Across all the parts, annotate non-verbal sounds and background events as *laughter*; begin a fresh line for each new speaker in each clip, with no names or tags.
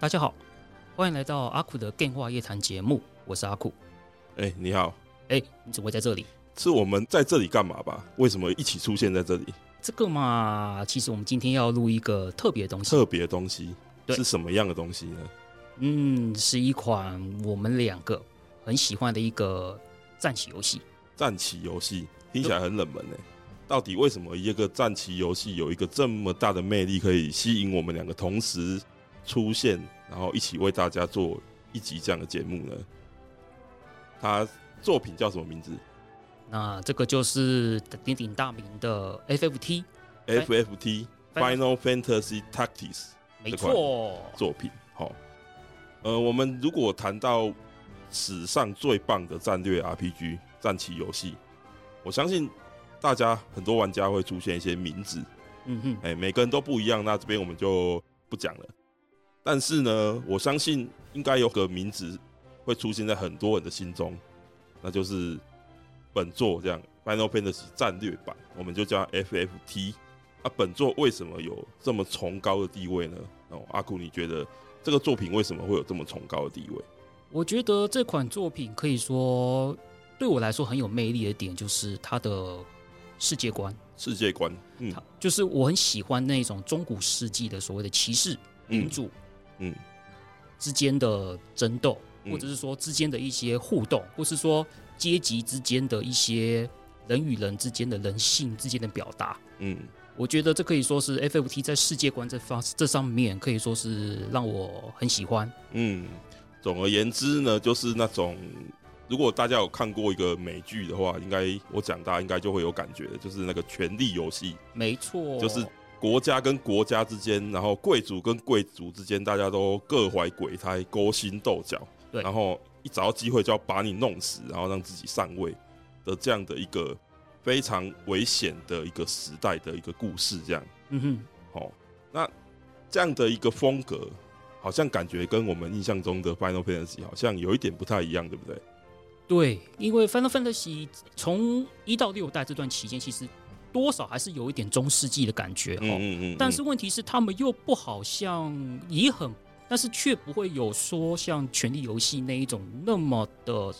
大家好，欢迎来到阿酷的电话夜谈节目，我是阿酷。
哎、你好，
哎，你怎么会在这里？
是我们在这里干嘛吧？为什么一起出现在这里？
这个嘛，其实我们今天要录一个特别的东西，
特别东西
对
是什么样的东西呢？
嗯，是一款我们两个很喜欢的一个战棋游戏。
战棋游戏听起来很冷门呢、到底为什么一个战棋游戏有一个这么大的魅力，可以吸引我们两个同时出现，然后一起为大家做一集这样的节目呢？它作品叫什么名字
那这个就是鼎鼎大名的 FFT，
？FFT Final Fantasy Tactics
没
这款
错，
作品。好、呃，我们如果谈到史上最棒的战略 RPG 战棋游戏，我相信大家很多玩家会出现一些名字，
嗯哼，
哎、每个人都不一样，那这边我们就不讲了。但是呢，我相信应该有个名字会出现在很多人的心中，那就是本作这样《Final Fantasy》战略版，我们就叫它 FFT。啊，本作为什么有这么崇高的地位呢？哦，阿酷，你觉得这个作品为什么会有这么崇高的地位？
我觉得这款作品可以说对我来说很有魅力的点，就是它的世界观。
世界观，嗯
它就是我很喜欢那种中古世纪的所谓的骑士、领
嗯
主
嗯
之间的争斗，
嗯
或者是说之间的一些互动，或是说阶级之间的一些人与人之间的人性之间的表达。
嗯，
我觉得这可以说是 FFT 在世界观这方这上面可以说是让我很喜欢。
嗯，总而言之呢，就是那种如果大家有看过一个美剧的话，应该我讲大家应该就会有感觉的，就是那个权力游戏，
没错，
就是国家跟国家之间，然后贵族跟贵族之间，大家都各怀鬼胎，勾心斗角，
对
然后一找到机会就要把你弄死，然后让自己上位的这样的一个非常危险的一个时代的一个故事，这样。
嗯哼。
哦，那这样的一个风格，好像感觉跟我们印象中的 Final Fantasy 好像有一点不太一样，对不对？
哦对，因为 Final Fantasy 从一到六代这段期间，其实多少还是有一点中世纪的感觉哦。
嗯嗯
但是问题是，他们又不好像也很，但是却不会有说像《权力游戏》那一种那么的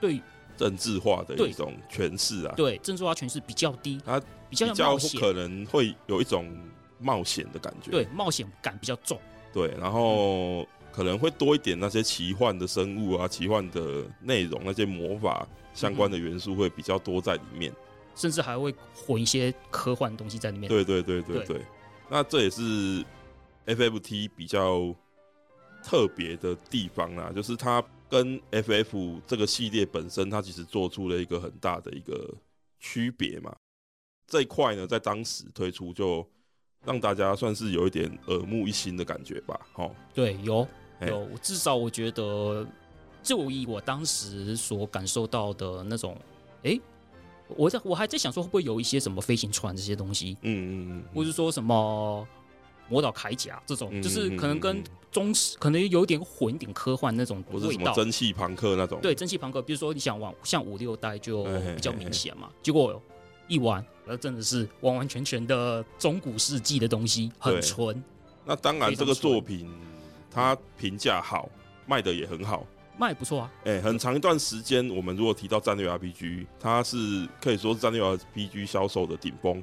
对
政治化的
对
一种诠释啊，
对，郑州化权是比较低，
它
比较
比较
冒险，
可能会有一种冒险的感觉，
对冒险感比较重。
对，然后可能会多一点那些奇幻的生物啊、奇幻的内容、那些魔法相关
嗯
的元素会比较多在里面。
甚至还会混一些科幻的东西在里面。
对对对对
对
对，那这也是 FFT 比较特别的地方啦，就是它跟 FF 这个系列本身，它其实做出了一个很大的一个区别嘛。这一块呢，在当时推出就让大家算是有一点耳目一新的感觉吧。好，
对，有
哎
有，至少我觉得，就以我当时所感受到的那种，诶，我在我还在想说会不会有一些什么飞行船这些东西，
嗯嗯
或
嗯，
是说什么魔导铠甲这种，
嗯
就是可能
嗯
跟
嗯
中世可能有点混一点科幻那种
不是
味
什么
道。
蒸汽朋克那种。
对，蒸汽朋克，比如说你想玩像五六代就
哎哎
比较
哎
明
哎
显嘛，结果一玩，那真的是完完全全的中古世纪的东西，很
对
纯。
那当然
非常
这个
纯
作品它评价好，卖的也很好。
卖不错啊，
哎、很长一段时间，我们如果提到战略 RPG，它是可以说是战略 RPG 销售的顶峰。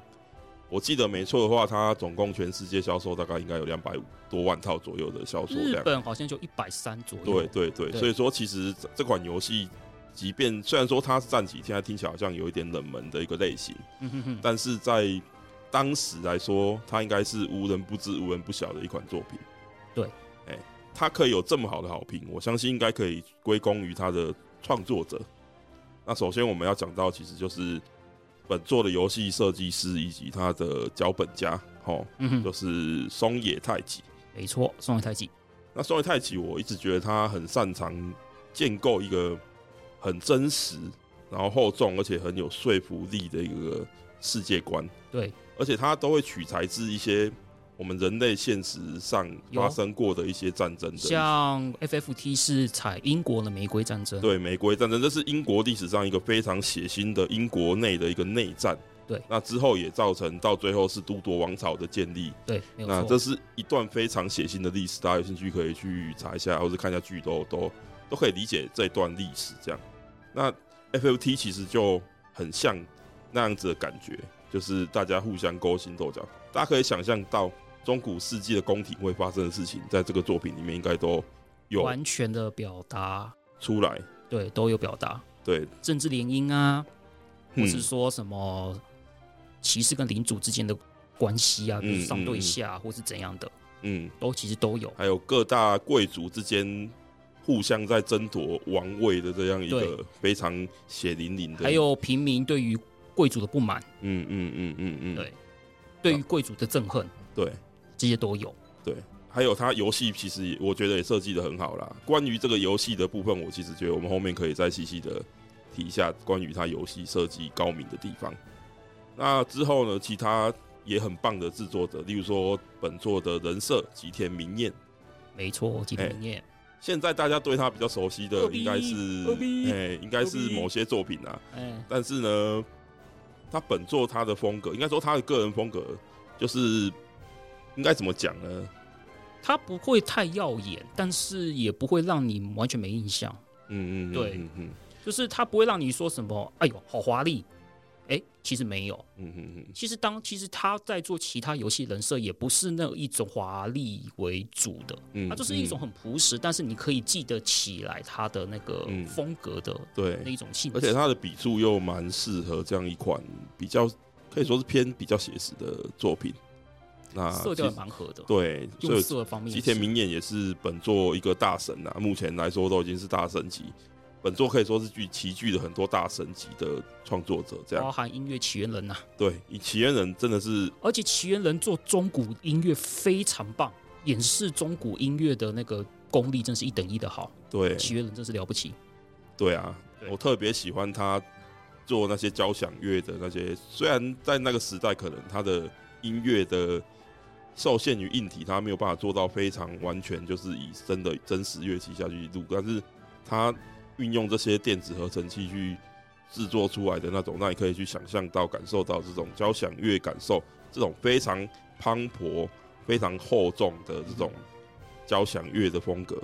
我记得没错的话，它总共全世界销售大概应该有两百多万套左右的销售
日
量。
本好像就一百三左右。
对对对，
对
所以说其实这这款游戏，即便虽然说它是战棋，现在听起来好像有一点冷门的一个类型，
嗯哼哼，
但是在当时来说，它应该是无人不知、无人不晓的一款作品。
对，
哎、它可以有这么好的好评，我相信应该可以归功于它的创作者。那首先我们要讲到，其实就是本作的游戏设计师以及他的脚本家，哦，
嗯哼，
就是松野太己。
没错，松野太己，
那松野太己，我一直觉得他很擅长建构一个很真实、然后厚重而且很有说服力的一个世界观。
对，
而且它都会取材自一些我们人类现实上发生过的一些战争
啊
的，
像 FFT 是采英国的玫瑰战争，
对玫瑰战争，这是英国历史上一个非常血腥的英国内的一个内战。
对，
那之后也造成到最后是都铎王朝的建立，
对，没
那
有错，
这是一段非常血腥的历史，大家有兴趣可以去查一下，或者看一下剧都都都可以理解这段历史这样。那 FFT 其实就很像那样子的感觉，就是大家互相勾心斗角。大家可以想象到中古世纪的宫廷会发生的事情，在这个作品里面应该都有
完全的表达，
出来。
对，都有表达，
对，
政治联姻啊，或
嗯
是说什么骑士跟领主之间的关系啊，
嗯
比如上
嗯
对
嗯
下、或是怎样的，
嗯，
都其实都有。
还有各大贵族之间互相在争夺王位的这样一个
对
非常血淋淋的，
还有平民对于贵族的不满，
嗯嗯嗯嗯嗯，
对对于贵族的憎恨，
对
这些都有。
对，还有它游戏其实也我觉得也设计的很好啦。关于这个游戏的部分，我其实觉得我们后面可以再细细的提一下关于它游戏设计高明的地方。那之后呢，其他也很棒的制作者，例如说本作的人设吉田明彦，
没错，
哎
吉田明彦，
现在大家对他比较熟悉的
二逼
应该是
二，逼
哎，应该是
二逼
某些作品啊。
哎，
但是呢，他本作他的风格，应该说他的个人风格，就是应该怎么讲呢？
他不会太耀眼，但是也不会让你完全没印象。
嗯嗯，嗯
对
嗯嗯
就是他不会让你说什么，哎呦，好华丽，哎，其实没有。
嗯嗯嗯，
其实当其实他在做其他游戏人设，也不是那一种华丽为主的，
嗯
它就是一种
嗯
很朴实，但是你可以记得起来他的那个
嗯
风格的那
对，
一种性质。
而且它的笔触又蛮适合这样一款比较可以说是偏比较写实的作品。那
色调
其
也
实
蛮合的，
对，所
用
以
色的方面也
吉
是，
田明彦也是本作一个大神啊，目前来说都已经是大神级。本作可以说是聚齐聚了很多大神级的创作者，这样
包含音乐起源人呐、
对。以奇缘人真的是
而且起源人做中古音乐非常棒，演示中古音乐的那个功力真是一等一的好，
对
起源人真是了不起。
对啊，
对
我特别喜欢他做那些交响乐的那些，虽然在那个时代可能他的音乐的受限于硬体，他没有办法做到非常完全，就是以真的真实乐器下去录，但是他运用这些电子合成器去制作出来的那种，那你可以去想象到、感受到这种交响乐感受，这种非常磅礴、非常厚重的这种交响乐的风格，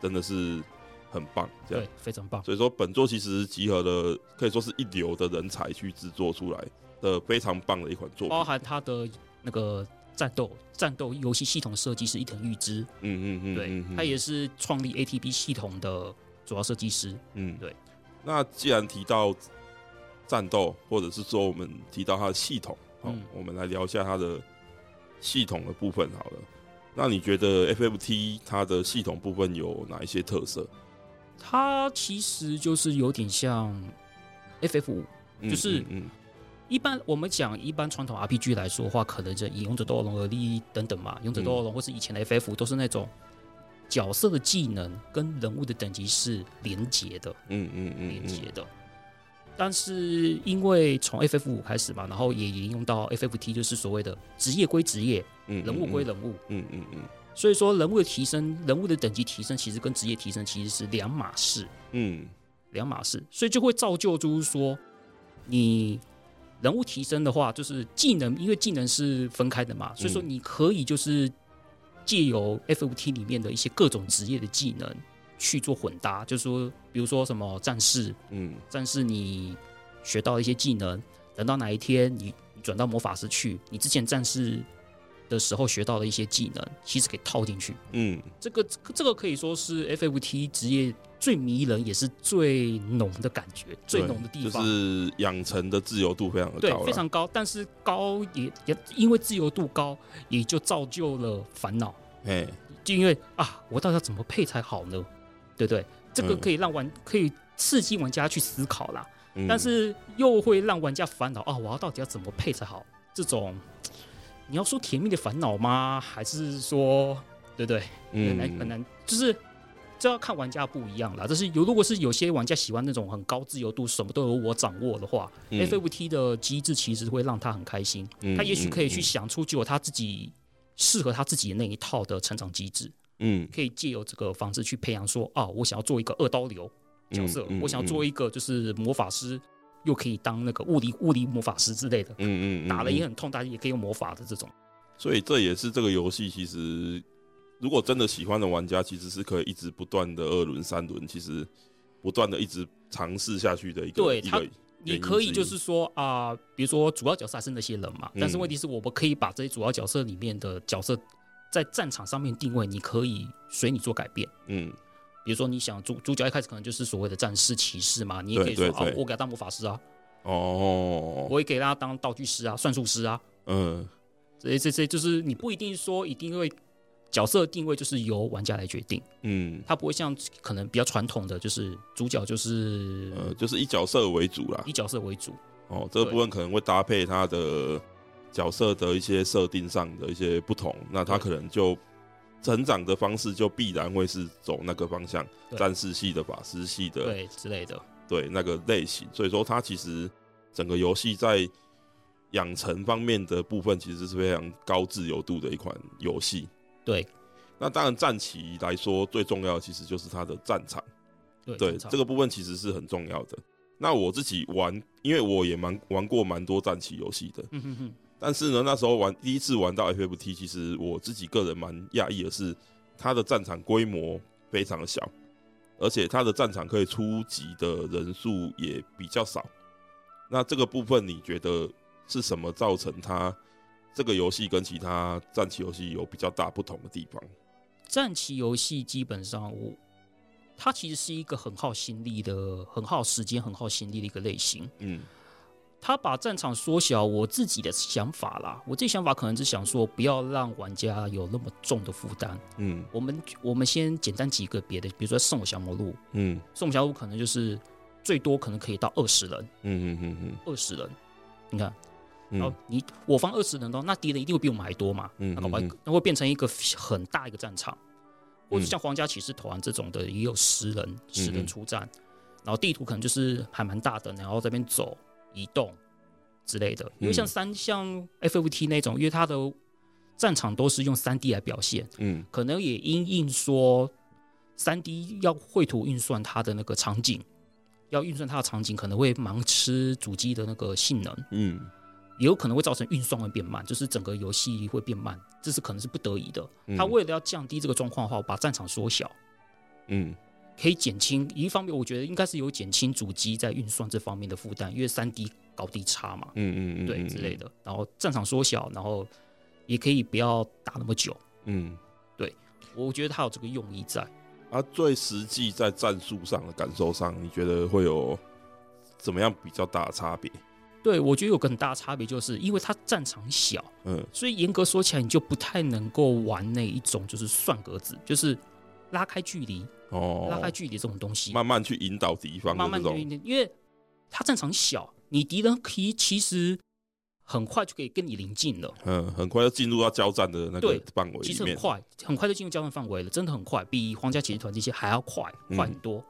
真的是很棒，这样。
对，非常棒。
啊所以说，本作其实集合了可以说是一流的人才去制作出来的非常棒的一款作品
包。含它的那个战斗战斗游戏系统设计是伊藤裕之，
嗯嗯嗯，
对
嗯，嗯
他也是创立 ATB 系统的主要设计师。
嗯
对。
那既然提到战斗，或者是说我们提到它的系统，好、
嗯
我们来聊一下它的系统的部分好了。那你觉得 FFT 它的系统部分有哪一些特色？
它其实就是有点像 FF 五，
嗯
就是
嗯嗯
一般我们讲一般传统 RPG 来说的话，可能就以勇者斗恶龙而立等等嘛，勇者斗恶
嗯
龙或是以前的 FF 都是那种角色的技能跟人物的等级是连结的，
嗯嗯嗯
连
嗯
接的。但是因为从 FF 五开始嘛，然后也沿用到 FFT，就是所谓的职业归职业，
嗯，嗯
人物归，人物。
嗯嗯嗯
所以说人物的提升，人物的等级提升，其实跟职业提升其实是两码事，
嗯
两码事。所以就会造就就是说，你人物提升的话，就是技能，因为技能是分开的嘛，所以说
嗯
你可以就是借由 FFT 里面的一些各种职业的技能去做混搭，就是说，比如说什么战士，
嗯
但是你学到一些技能，等到哪一天你你转到魔法师去，你之前战士的时候学到的一些技能，其实给套进去。
嗯嗯
这个这个可以说是 FFT 职业最迷人，也是最浓的感觉，最浓的地方。
就是养成的自由度非常的
对
高，啦，
非常高，但是高也也因为自由度高，也就造就了烦恼，
哎，
就因为啊，我到底要怎么配才好呢？对不对？这个
嗯
可以让玩，可以刺激玩家去思考啦。
嗯
但是又会让玩家烦恼啊，我要到底要怎么配才好？这种你要说甜蜜的烦恼吗？还是说对不对？很
嗯
难很难，就是这要看玩家不一样啦。但是有如果是有些玩家喜欢那种很高自由度，什么都由我掌握的话、
嗯
f f t 的机制其实会让他很开心，
嗯
他也许可以去
嗯
想出具有他自己。适合他自己的那一套的成长机制，
嗯
可以借由这个方式
嗯
去培养说啊，我想要做一个二刀流，角色，我想要做
一
一个就是魔法师，又可以当那个物理物理魔法师之类的，
嗯嗯，嗯
打了也
嗯
很痛，但是也可以用魔法的这种。
所以这也是这个游戏其实，如果真的喜欢的玩家，其实是可以一直不断的二轮、三轮，其实不断的一直尝试下去的一个
对
一
它
个原
你
因
可以
之
就
一
是说啊、比如说主要角色还是那些人嘛，但是
嗯
问题是我们可以把这些主要角色里面的角色在战场上面定位，你可以随你做改变。
嗯
比如说你想主主角一开始可能就是所谓的战士骑士嘛，你也可以说
对对
啊
对，
我给他当魔法师啊，
哦
我也给他当道具师啊、算术师啊，
嗯
这些这些就是你不一定说一定会角色定位就是由玩家来决定，
嗯
他不会像可能比较传统的就是主角就是
呃，就是以角色为主啦
以。角色为主，
哦，这个
对
部分可能会搭配他的角色的一些设定上的一些不同，那他
对
可能就成长的方式就必然会是走那个方向，
对
战士系的、法师系的，
对之类的，
对那个类型，所以说它其实整个游戏在养成方面的部分其实是非常高自由度的一款游戏。
对
那当然，战旗来说最重要的其实就是它的战场，
对
对
正常
这个部分其实是很重要的。那我自己玩，因为我也蛮玩过蛮多战棋游戏的，
嗯哼哼，
但是呢，那时候玩第一次玩到 FFT，其实我自己个人蛮讶异的是，它的战场规模非常的小，而且它的战场可以出击的人数也比较少。那这个部分你觉得是什么造成它这个游戏跟其他战棋游戏有比较大不同的地方？
战棋游戏基本上我。它其实是一个很耗心力的、很耗时间、很耗心力的一个类型。
嗯
他把战场缩小，我自己的想法啦，我自己想法可能是想说，不要让玩家有那么重的负担。
嗯
我们我们先简单几个别的，比如说圣母降魔录，
嗯
圣母降魔录可能就是最多可能可以到二十人，
嗯嗯嗯
二十人。你看，
嗯
然后
嗯
你我方二十人哦，那敌人一定会比我们还多嘛，
嗯
那搞不好
嗯嗯
那会变成一个很大一个战场，或者
嗯
像皇家骑士团这种的也有十人，十人出战，然后地图可能就是还蛮大的，然后这边走移动之类的。因为像
嗯
三像 FFT 那种，因为它的战场都是用三 D 来表现，
嗯
可能也因应说三 D 要绘图运算它的那个场景，要运算它的场景可能会盲吃主机的那个性能。
嗯
也有可能会造成运算会变慢，就是整个游戏会变慢，这是可能是不得已的。
嗯
他为了要降低这个状况的话，把战场缩小，
嗯
可以减轻一方面，我觉得应该是有减轻主机在运算这方面的负担，因为三 D 高低差嘛，
嗯嗯
对之类，的。然后战场缩小，然后也可以不要打那么久。
嗯。
我觉得它有这个用意在。
啊，最实际在战术上的感受上，你觉得会有怎么样比较大的差别？
对，我觉得有个很大的差别，就是因为它战场小，
嗯
所以严格说起来，你就不太能够玩那一种就是算格子，就是拉开距离、拉开
哦，
距离这种东西。
慢慢去引导敌方的
慢
这
慢
种，
的，因为他战场小，你敌人可以其实很快就可以跟你临近了，
嗯，很快要进入到交战的那个
对
范围
其
里
实很
面。
快，很快就进入交战范围了，真的很快，比皇家骑士团这些还要快，
嗯
快很多。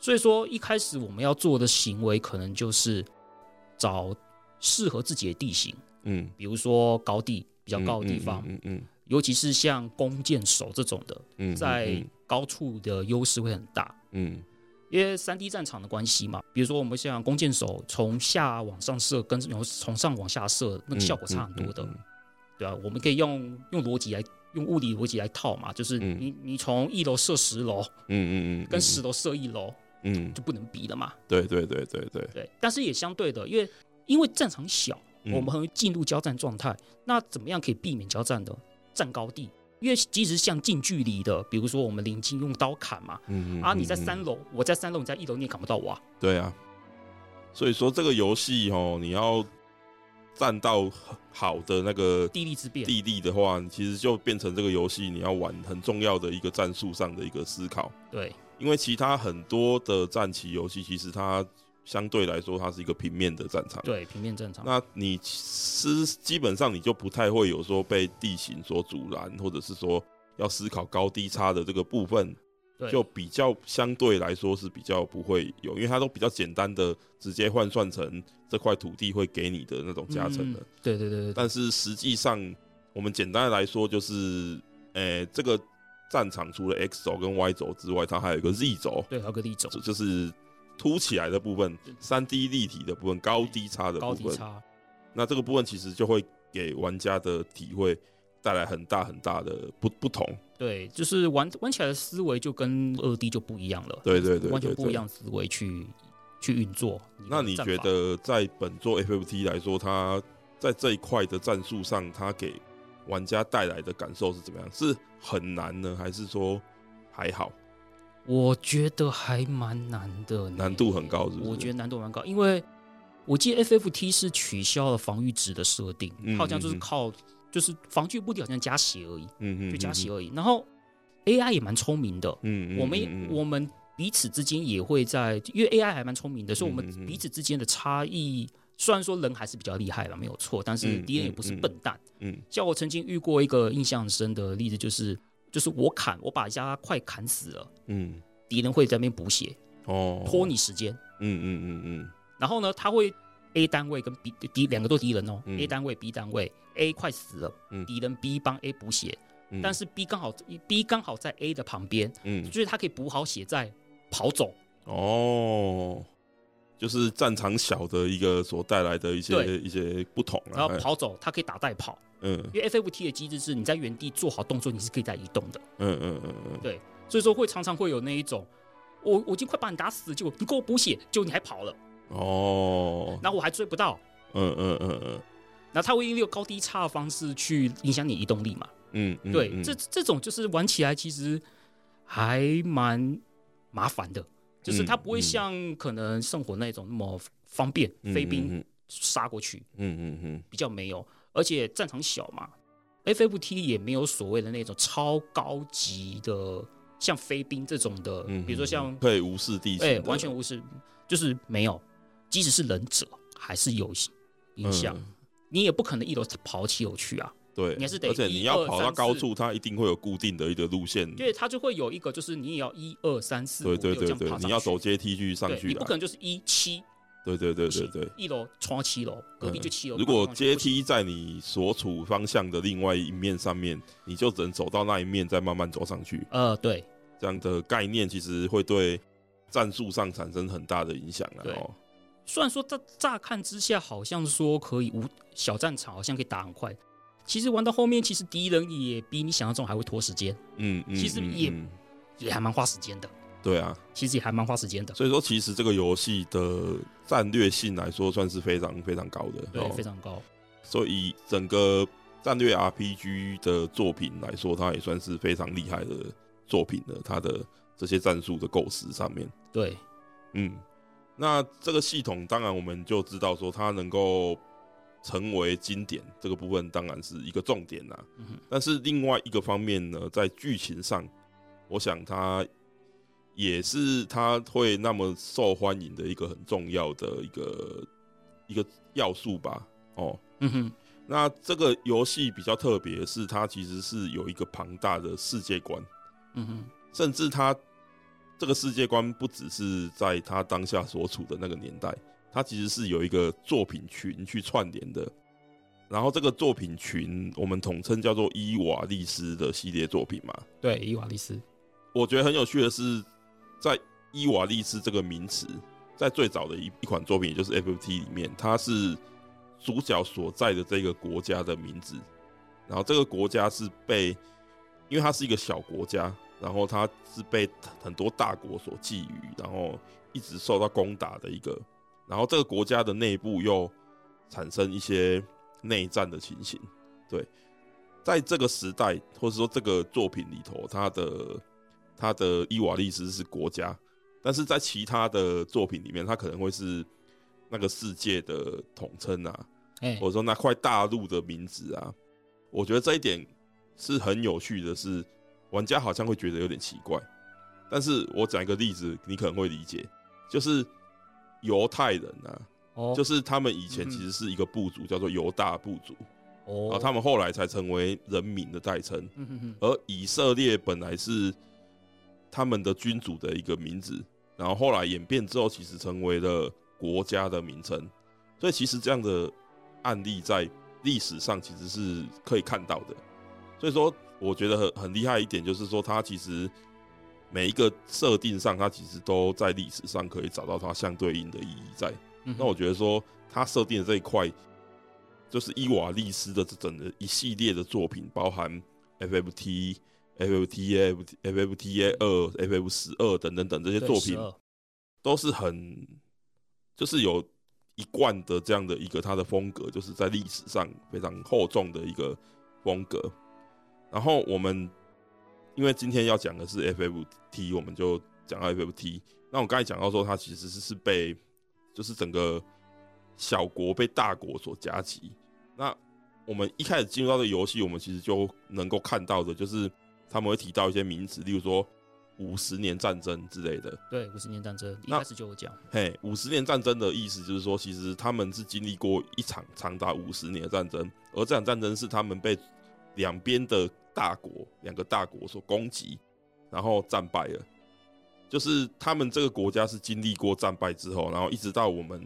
所以说一开始我们要做的行为，可能就是找适合自己的地形，
嗯，
比如说高地比
比
较高的地方，
嗯嗯
尤其是像弓箭手这种的，
嗯，
在高处的优势会很大。
嗯
因为三 D 战场的关系嘛，比如说我们像弓箭手从下往上射，跟从从上往下射，那个
嗯
效果差很多的，嗯对吧、我们可以用用逻辑来，用物理逻辑来套嘛，就是
嗯
你、你从一楼射十楼，
嗯嗯嗯，
跟十楼射一楼
嗯，
就不能比了嘛，
对对对对对，
对。但是也相对的，因为因为战场小，
嗯
我们很容易进入交战状态。那怎么样可以避免交战的？站高地，因为即使像近距离的，比如说我们临近用刀砍嘛，
嗯
啊，你在三楼，我在三楼，你在一楼，你也砍不到我啊。
对啊，所以说这个游戏哦，你要站到好的那个
地利之变，
地利的话，其实就变成这个游戏你要玩很重要的一个战术上的一个思考。
对
因为其他很多的战棋游戏，其实它相对来说它是一个平面的战场。
对，平面正常。
那你是基本上你就不太会有说被地形所阻拦，或者是说要思考高低差的这个部分，
对
就比较相对来说是比较不会有，因为它都比较简单的直接换算成这块土地会给你的那种加成的。
嗯对对对对对，
但是实际上，我们简单的来说，就是，诶、这个战场除了 X 轴跟 Y 轴之外，它还有一个 Z 轴，
对，还有个立轴
这，就是凸起来的部分、三 D 立体的部分、高低差的
高
部
低
分，
差，
那这个部分其实就会给玩家的体会带来很大很大的不不同。
对，就是玩玩起来的思维就跟二 D 就不一样了，
对对对
完
对
全不一
对。
样思维去去运作。
那你
的
觉
战法
得在本作 FFT 来说，它在这一块的战术上，它给玩家带来的感受是怎么样？是很难呢，还是说还好？
我觉得还蛮难的呢，
难度很高，是不是？
我觉得难度蛮高，因为我记得 FFT 是取消了防御值的设定，
嗯
它好像就是
嗯嗯
靠就是防具部队好像加血而已，
嗯
就加血而已。然后 AI 也蛮聪明的，
嗯
我们也我们彼此之间也会在，因为 AI 还蛮聪明的，所以我
嗯嗯嗯
们彼此之间的差异，虽然说人还是比较厉害了，没有错，但是
嗯
敌人也
嗯
不是
嗯
笨蛋。
嗯
像我曾经遇过一个印象很深的例子，就是就是我砍，我把人家快砍死了，
嗯
敌人会在那边补血，
哦，
拖你时间。
嗯嗯嗯
然后呢，他会 A 单位跟 B 敌两个都敌人哦、
嗯
a 单位 B 单位，A 快死了
嗯，
敌、人 B 帮 A 补血，
嗯，
但是 B 刚好 B 刚好在 A 的旁边，
嗯
所以他可以补好血再跑走。
哦，就是战场小的一个所带来的一些
对
一些不同
然后，
啊
跑走，它可以打带跑，
嗯
因为 FFT 的机制是你在原地做好动作，你是可以再移动的，
嗯嗯嗯嗯，
所以说会常常会有那一种，我我已经快把你打死了，结果你给我补血，结果你还跑了，
哦，
然后我还追不到，
嗯嗯嗯嗯
然后它会用高低差的方式去影响你移动力嘛？
嗯嗯，
对，这这种就是玩起来其实还蛮麻烦的，
嗯
就是它不会像可能圣火那种那么方便，飞兵，杀过去
嗯嗯嗯
比较没有，而且战场小嘛，FFT 也没有所谓的那种超高级的，像飞兵这种的，
嗯，
呃比如说像
可以无视地
哎、
形，
完全无视，就是没有，即使是忍者还是有
嗯
影响，你也不可能一楼跑起楼去啊，
对，而且你要跑到高处，它一定会有固定的一个路线，
因为它就会有一个就是你也要一二三四五
嗯对
六
对
这
对
样爬上
对，
去，
你要走阶梯去上
对
去
你不可
的，啊
能就是一七
对对对对对。嗯
一楼冲到七楼，隔壁就七楼、
如果
马上就
阶梯在你所处方向的另外一面上面，你就只能走到那一面，再慢慢走上去。
呃对，
这样的概念其实会对战术上产生很大的影响了
对
哦。
虽然说乍乍看之下好像说可以无小战场，好像可以打很快，其实玩到后面，其实敌人也比你想象中还会拖时间，
嗯，嗯
其实
嗯
也
嗯
也还蛮花时间的。
对啊，
其实也还蛮花时间的，
所以说其实这个游戏的战略性来说，算是非常非常高的。
对，
哦
非常高。
所以整个战略 RPG 的作品来说，它也算是非常厉害的作品了。它的这些战术的构思上面，
对，
嗯，那这个系统当然我们就知道说它能够成为经典，这个部分当然是一个重点啦。
嗯哼
但是另外一个方面呢，在剧情上，我想它也是它会那么受欢迎的一个很重要的一个一个要素吧。哦，
嗯哼，
那这个游戏比较特别，是它其实是有一个庞大的世界观，
嗯哼，
甚至它这个世界观不只是在它当下所处的那个年代，它其实是有一个作品群去串联的。然后这个作品群，我们统称叫做伊瓦利斯的系列作品嘛。
对，伊瓦利斯，
我觉得很有趣的是，在伊瓦利斯这个名词，在最早的一一款作品，也就是 FFT 里面，它是主角所在的这个国家的名字。然后这个国家是被，因为它是一个小国家，然后它是被很多大国所觊觎，然后一直受到攻打的一个。然后这个国家的内部又产生一些内战的情形。对，在这个时代，或者说这个作品里头，它的它的伊瓦利斯是国家，但是在其他的作品里面，它可能会是那个世界的统称啊，
哎
或，者说那块大陆的名字啊。我觉得这一点是很有趣的是，玩家好像会觉得有点奇怪，但是我讲一个例子，你可能会理解，就是犹太人啊，
哦，
就是他们以前
嗯哼
其实是一个部族，叫做犹大部族，然
哦
后，他，们后来才成为人民的代称。
嗯哼哼，
而以色列本来是他们的君主的一个名字，然后后来演变之后，其实成为了国家的名称。所以其实这样的案例在历史上其实是可以看到的。所以说，我觉得很很厉害一点，就是说它其实每一个设定上，它其实都在历史上可以找到它相对应的意义在。
嗯
那我觉得说，它设定的这一块，就是伊瓦利斯的这整个一系列的作品，包含 FFT、FFTA、FFTA 二、FF 十二等等等这些
对
作品，
12
都是很，就是有一贯的这样的一个它的风格，就是在历史上非常厚重的一个风格。然后我们因为今天要讲的是 FFT，我们就讲到 FFT。那我刚才讲到说，它其实是是被就是整个小国被大国所夹击。那我们一开始进入到这个游戏，我们其实就能够看到的，就是他们会提到一些名词，例如说五十年战争之类的。
对五十年战争一
那
开始就有讲，
嘿，五十年战争的意思就是说，其实他们是经历过一场长达五十年的战争，而这场战争是他们被两边的大国两个大国所攻击，然后战败了。就是他们这个国家是经历过战败之后，然后一直到我们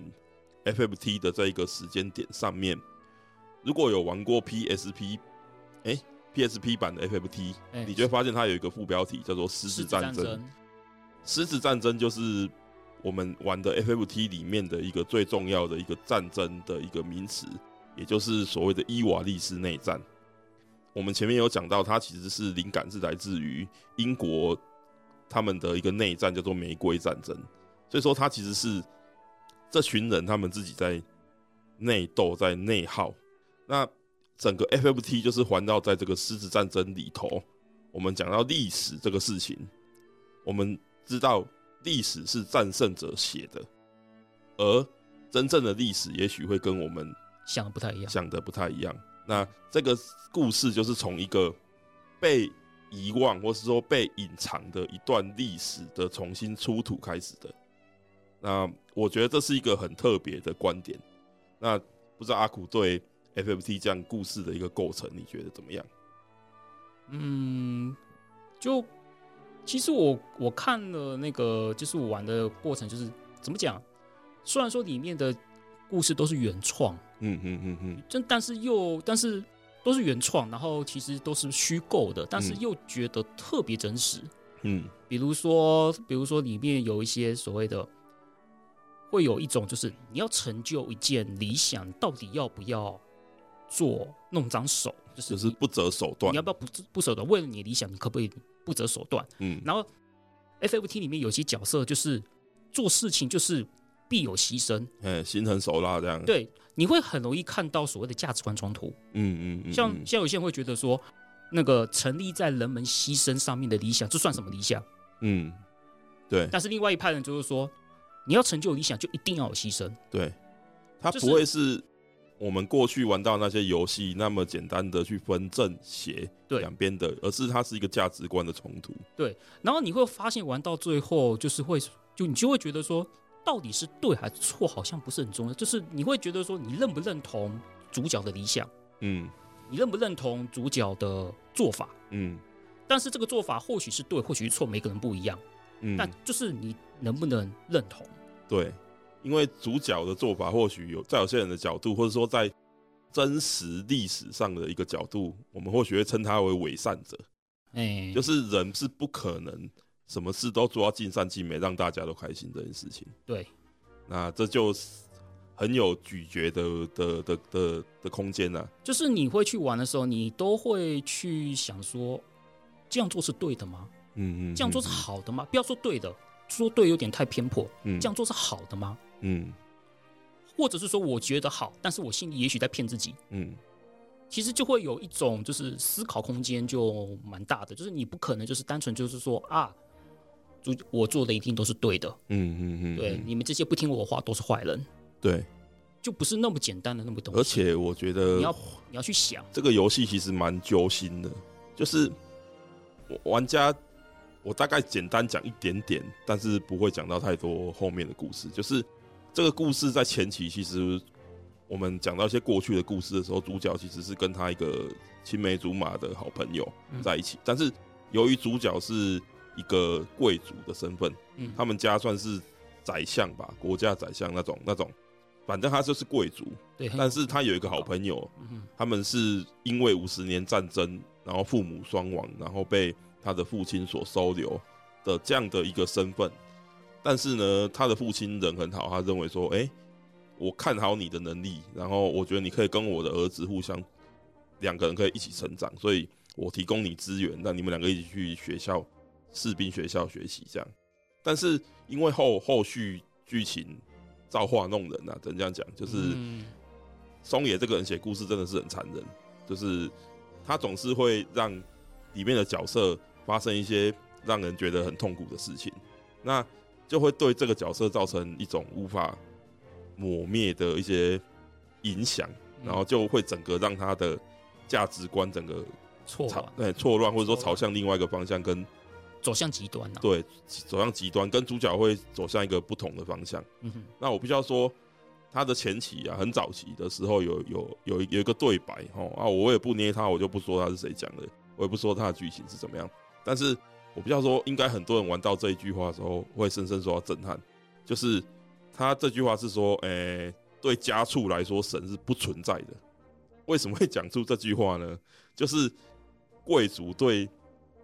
FFT 的这一个时间点上面，如果有玩过 PSP，哎、PSP 版的 FFT，、
哎
你就会发现它有一个副标题叫做“狮
狮
子
子
战争”。
争，
狮子战争就是我们玩的 FFT 里面的一个最重要的一个战争的一个名词，也就是所谓的伊瓦利斯内战。我们前面有讲到，它其实是灵感是来自于英国他们的一个内战，叫做玫瑰战争。所以说，它其实是这群人他们自己在内斗，在内耗。那整个 FFT 就是环绕在这个狮子战争里头。我们讲到历史这个事情，我们知道历史是战胜者写的，而真正的历史也许会跟我们
想的不太一样，
想的不太一样。那这个故事就是从一个被遗忘或是说被隐藏的一段历史的重新出土开始的。那我觉得这是一个很特别的观点。那不知道阿苦对 FFT 这样故事的一个构成，你觉得怎么样？
嗯，就其实我我看了那个，就是我玩的过程，就是怎么讲，虽然说里面的故事都是原创，
嗯嗯嗯嗯，
但但是又但是都是原创，然后其实都是虚构的，但是
嗯
又觉得特别真实。
嗯
比如说，比如说里面有一些所谓的，会有一种就是你要成就一件理想，到底要不要做弄脏手，就是
就是
你
不择手段
你要。不要不不手段？为了你的理想，你可不可以不择手段？
嗯
然后 FFT 里面有些角色就是做事情就是必有牺牲，
哎，心狠手辣这样。，
对，你会很容易看到所谓的价值观冲突。
嗯嗯嗯，
像
嗯
像有些人会觉得说，那个成立在人们牺牲上面的理想，这算什么理想？
嗯，对
但是另外一派人就是说，你要成就理想，就一定要有牺牲。
对，它
就
不
是
会是我们过去玩到那些游戏那么简单的去分正邪
对
两边的，而是它是一个价值观的冲突。
然后你会发现，玩到最后就是会，就你就会觉得说，到底是对还是错，好像不是很重要。就是你会觉得说，你认不认同主角的理想，
嗯
你认不认同主角的做法？
嗯
但是这个做法或许是对，或许是错，每个人不一样。但
嗯，
就是你能不能认同？
对，因为主角的做法或许有在有些人的角度，或者说在真实历史上的一个角度，我们或许会称他为伪善者，
哎、
就是人是不可能什么事都做到尽善尽美，让大家都开心这件事情。
对，
那这就是很有咀嚼的的的的的空间呐、啊
就是你会去玩的时候，你都会去想说，这样做是对的吗？
嗯嗯，
这样做是好的吗？不要说对的，说对有点太偏颇。
嗯，嗯
这样，做是好的吗？
嗯
或者是说我觉得好，但是我心里也许在骗自己。
嗯
其实就会有一种就是思考空间就蛮大的，就是你不可能就是单纯就是说啊，主我做的一定都是对的，
嗯嗯嗯，
对
嗯
你们这些不听我的话都是坏人，
对，
就不是那么简单的那么东西。
而且呃我觉
你
得
要你要去想，
这个游戏其实蛮揪心的，就是我玩家我大概简单讲一点点，但是不会讲到太多后面的故事。就是这个故事在前期其实。我们讲到一些过去的故事的时候，主角其实是跟他一个青梅竹马的好朋友
嗯
在一起，但是由于主角是一个贵族的身份，
嗯，
他们家算是宰相吧，国家宰相那种那种，反正他就是贵族，
对，很
但是他有一个好朋友，
嗯
他们是因为五十年战争，然后父母双亡，然后被他的父亲所收留，的这样的一个身份。但是呢，他的父亲人很好，他认为说，哎、我看好你的能力，然后我觉得你可以跟我的儿子互相，两个人可以一起成长，所以我提供你资源，让你们两个一起去学校士兵学校学习这样。但是因为后后续剧情造化弄人啊，只能这样讲，就是。
嗯
松野这个人写故事真的是很残忍，就是他总是会让里面的角色发生一些让人觉得很痛苦的事情，那就会对这个角色造成一种无法抹灭的一些影响，
嗯
然后就会整个让他的价值观整个
错
朝
啊
对错乱，或者说
错乱
朝向另外一个方向，跟
走向极端了、啊。
对走向极端，跟主角会走向一个不同的方向。
嗯哼，
那我必须要说，他的前期啊，很早期的时候有有有有一个对白哦啊，我也不捏他，我就不说他是谁讲的，我也不说他的剧情是怎么样。但是我必须要说，应该很多人玩到这一句话的时候，会深深受到震撼。就是他这句话是说，诶、对家畜来说，神是不存在的。为什么会讲出这句话呢？就是贵族对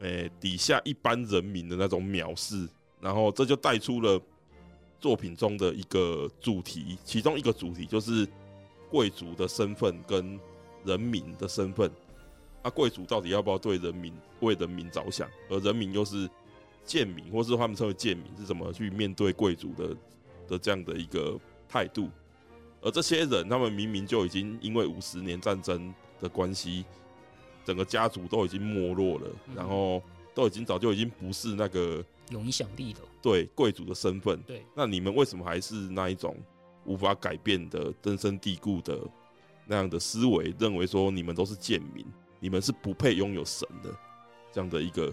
诶、底下一般人民的那种藐视，然后这就带出了作品中的一个主题，其中一个主题就是贵族的身份跟人民的身份。啊，贵族到底要不要对人民为人民着想？而人民又是贱民，或是他们称为贱民，是怎么去面对贵族的的这样的一个态度？而这些人，他们明明就已经因为五十年战争的关系，整个家族都已经没落了，
嗯
然后都已经早就已经不是那个
有影响力的，
对贵族的身份，
对，
那你们为什么还是那一种无法改变的根深蒂固的那样的思维，认为说你们都是贱民，你们是不配拥有神的这样的一个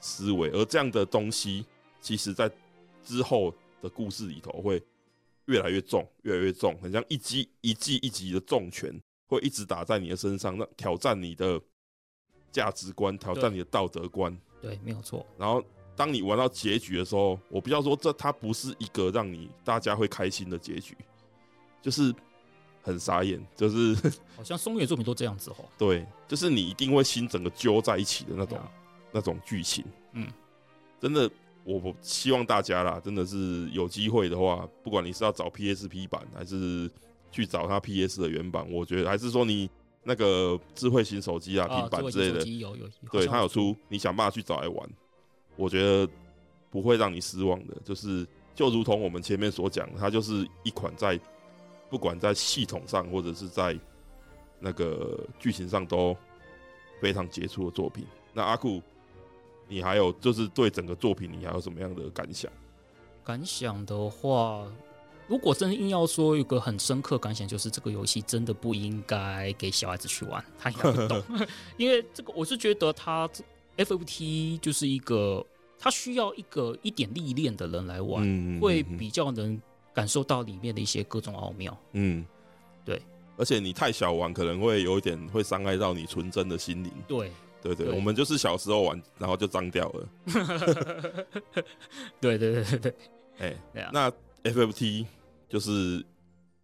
思维？而这样的东西，其实在之后的故事里头会越来越重，越来越重，很像一击一击一击的重拳，会一直打在你的身上，那挑战你的价值观，挑战你的道德观。
对，没有错。
然后当你玩到结局的时候，我比较说这它不是一个让你大家会开心的结局，就是很傻眼， *laughs* 就是
好像松野作品都这样子哦。
对，就是你一定会心整个揪在一起的那
对
种
啊
那种剧情。
嗯，
真的，我我希望大家啦，真的是有机会的话，不管你是要找 PSP 版，还是去找它 PS 的原版，我觉得还是说你那个智慧型手机啊、
啊，
平板
智慧
之类
型手
的，
机有有，好
对，
像
它有出，你想办法去找来玩，我觉得不会让你失望的。就是就如同我们前面所讲的，它就是一款在不管在系统上或者是在那个剧情上都非常杰出的作品。那阿库，你还有就是对整个作品你还有什么样的感想？
感想的话，如果真的硬要说有个很深刻感想，就是这个游戏真的不应该给小孩子去玩，他应该不懂，因为这个我是觉得他 FFT 就是一个他需要一个一点历练的人来玩，
嗯
会比较能感受到里面的一些各种奥妙。
嗯
对。
而且你太小玩，可能会有一点会伤害到你纯真的心灵。
对，
对对，
对
我们就是小时候玩，然后就脏掉了。
对对对对对，
哎、
对啊，
那 FFT 就是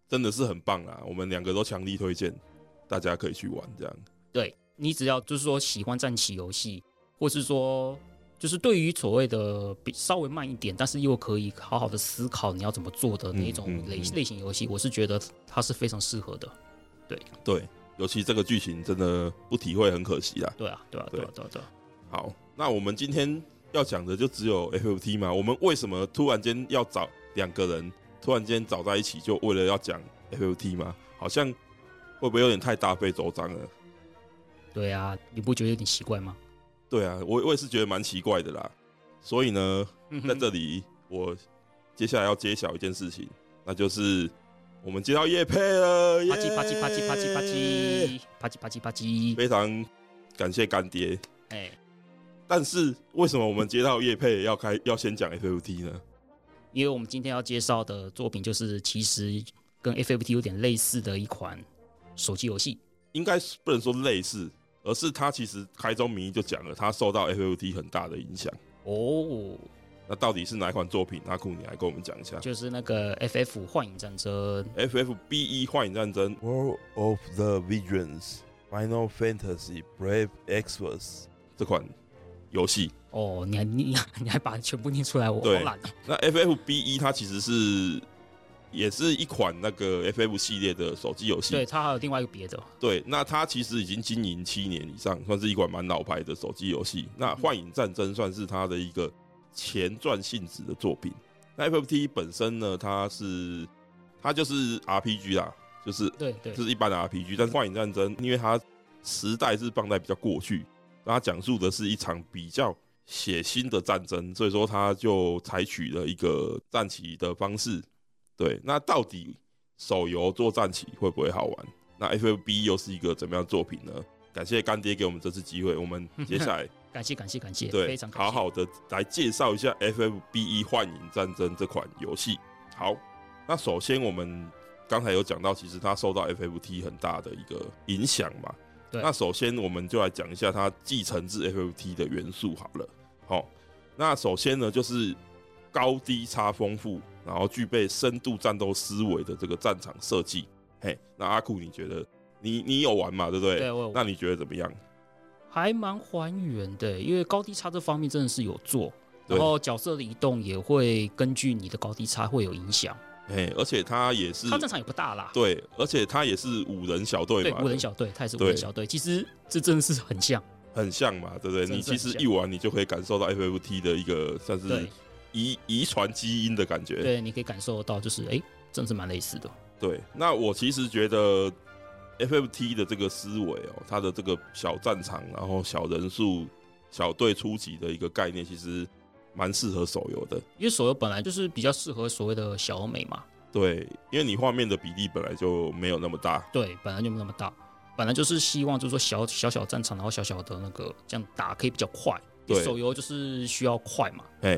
真的是很棒啦，我们两个都强力推荐，大家可以去玩这样。
对你只要就是说喜欢战棋游戏，或是说就是对于所谓的比稍微慢一点，但是又可以好好的思考你要怎么做的那种
嗯嗯
类、
嗯
类型游戏，我是觉得它是非常适合的。
对，尤其这个剧情真的不体会很可惜啦。
对啊，对啊，
对
对啊，对啊，对啊。
好，那我们今天要讲的就只有 FFT 嘛？我们为什么突然间要找两个人突然间找在一起，就为了要讲 FFT 嘛？好像会不会有点太大费周章了？
对啊，你不觉得有点奇怪吗？
对啊，我我也是觉得蛮奇怪的啦。所以呢，在这里，我接下来要揭晓一件事情，那就是我们接到叶佩了，
啪嗯叽啪叽啪叽啪叽啪
耶，
叽啪叽啪叽啪叽，
非常感谢干爹。
哎，
但是为什么我们接到叶佩要开要先讲 FFT 呢？
因为我们今天要介绍的作品就是其实跟 FFT 有点类似的一款手机游戏。
应该是不能说类似，而是他其实开宗明义就讲了，他受到 FFT 很大的影响。
哦，
那到底是哪一款作品？阿库，你来跟我们讲一下。
就是那个 FF 幻影战争，
FFBE E 幻影战争
World of the Visions Final Fantasy Brave Exvius
这款游戏。
哦，你还你 *laughs* 你还把全部念出来，我好
对
懒哦。
那 FFB 一 E 它其实是也是一款那个 FF 系列的手机游戏，
对，它还有另外一个别的，哦
对，那它其实已经经营七年以上，算是一款蛮老牌的手机游戏。那《幻影战争》算是它的一个前传性质的作品。那 FFT 本身呢，它是它就是 RPG 啦，就是
对对
就是一般的 RPG。但是《幻影战争》因为它时代是放在比较过去，那它讲述的是一场比较血腥的战争，所以说它就采取了一个战棋的方式。对，那到底手游做战棋会不会好玩？那 FFB 又是一个怎么样的作品呢？感谢干爹给我们这次机会，我们接下来
感谢感谢感谢，
对
非常感谢
好好的来介绍一下 FFB 一 E 幻影战争这款游戏。好，那首先我们刚才有讲到，其实它受到 FFT 很大的一个影响嘛。
对
那首先我们就来讲一下它继承自 FFT 的元素好了。好、那首先呢就是高低差丰富，然后具备深度战斗思维的这个战场设计。嘿，那阿酷你觉得你你有玩嘛？对不对？
对我有
那你觉得怎么样？
还蛮还原的，因为高低差这方面真的是有做，
对
然后角色的移动也会根据你的高低差会有影响。
嘿，而且它也是
它战场也不大啦，
对，而且它也是五人小队
对
嘛，
五人小队，它也是五
对
人小队，其实这真的是很像，
很像嘛，对不对？
真的
你
是
其
很
实
像
一玩，你就可以感受到 FFT 的一个算是
对
遗遗传基因的感觉。
对，你可以感受到就是哎，真的是蛮类似的。
对，那我其实觉得 FFT 的这个思维哦，它的这个小战场，然后小人数、小队初级的一个概念，其实蛮适合手游的。
因为手游本来就是比较适合所谓的小美嘛，
对，因为你画面的比例本来就没有那么大，
对，本来就没那么大，本来就是希望就是说小小小战场，然后小小的那个这样打可以比较快，因为
对
手游就是需要快嘛，
哎，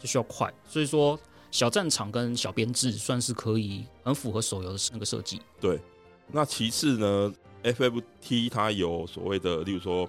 就需要快，所以说小战场跟小编制算是可以很符合手游的那个设计。
对，那其次呢，FFT 它有所谓的，例如说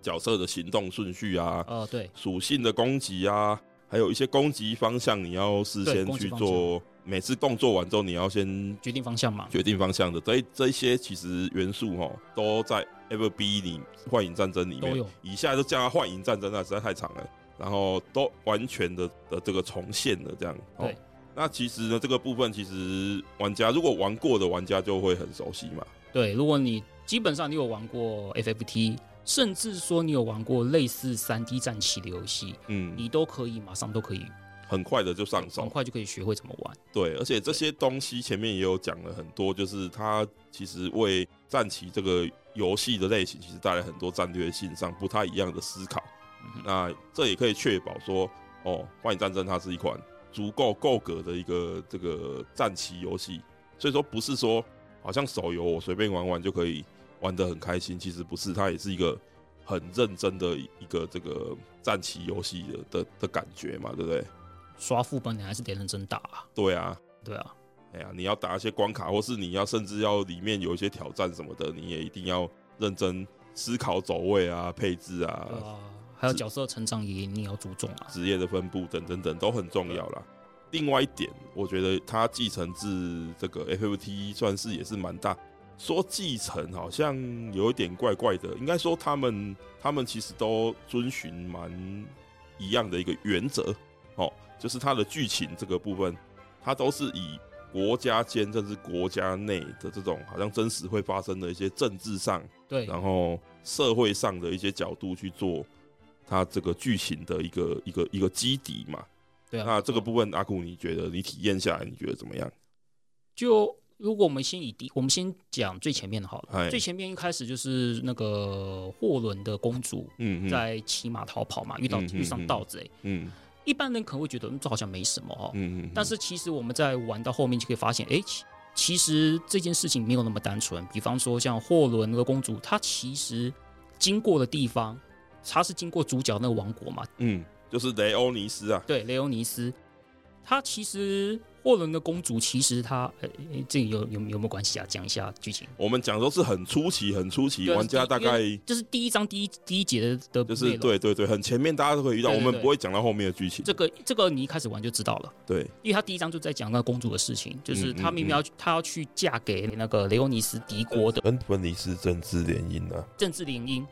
角色的行动顺序啊、
呃，对，
属性的攻击啊，还有一些攻击方向，你要事
对
先
攻击
去
方
做。每次动作完之后，你要先
决定方向嘛，
决定方向的。这一这一些其实元素哈，都在 FB 里幻影战争里
都
面
有，
以下就叫它幻影战争啊，实在太长了。然后都完全的的这个重现了这样。哦
对。
那其实呢，这个部分其实玩家如果玩过的玩家就会很熟悉嘛。
对，如果你基本上你有玩过 FFT，甚至说你有玩过类似三 D 战棋的游戏，
嗯，
你都可以马上都可以
很快的就上
很
手。
快就可以学会怎么玩。
对，而且这些东西前面也有讲了很多，就是它其实为战棋这个游戏的类型，其实带来很多战略性上不太一样的思考。那这也可以确保说，哦，《幻影战争》它是一款足够够格的一个这个战棋游戏，所以说不是说好像手游我随便玩玩就可以玩得很开心，其实不是，它也是一个很认真的一个这个战棋游戏的的的感觉嘛，对不对？
刷副本你还是得认真打、啊，
对啊，
对啊，
哎呀，你要打一些关卡，或是你要甚至要里面有一些挑战什么的，你也一定要认真思考走位啊、配置啊、
对啊，还有角色成长也你也要注重啊。
职业的分布等等等都很重要啦。另外一点，我觉得它继承自这个 FFT E 算是也是蛮大，说继承好像有一点怪怪的，应该说他们他们其实都遵循蛮一样的一个原则哦，就是它的剧情这个部分，它都是以国家间甚至国家内的这种好像真实会发生的一些政治上
对，
然后社会上的一些角度去做它这个剧情的一个一个一个基底嘛。
对啊。
那这个
不
部分，阿酷，你觉得你体验下来，你觉得怎么样？
就如果我们先以第，我们先讲最前面的好
哎
了。最前面一开始就是那个霍伦的公主
嗯嗯
在骑马逃跑嘛，遇到
嗯嗯
遇上盗贼。
嗯
一般人可能会觉得嗯这好像没什么哦，
嗯嗯，
但是其实我们在玩到后面就可以发现，哎、其其实这件事情没有那么单纯。比方说像霍伦那个公主，她其实经过的地方，她是经过主角那个王国嘛，
嗯，就是雷欧尼斯啊，
对，雷欧尼斯，她其实霍伦的公主，其实她，呃、诶这个有有有没有关系啊？讲一下剧情，
我们讲都是很初期，很初期，
对
玩家大概
就是第一章第一第一节的
就
的内
是
容。
对对对，很前面大家都可以遇到，
对
我
对
们
对
不会讲到后面的剧情。
这个这个你一开始玩就知道了，
对
因为她第一章就在讲那个公主的事情，就是
嗯
她
嗯
明明要、她要去嫁给那个雷欧尼斯敌国的
跟本尼斯政治联姻啊，
政治联姻，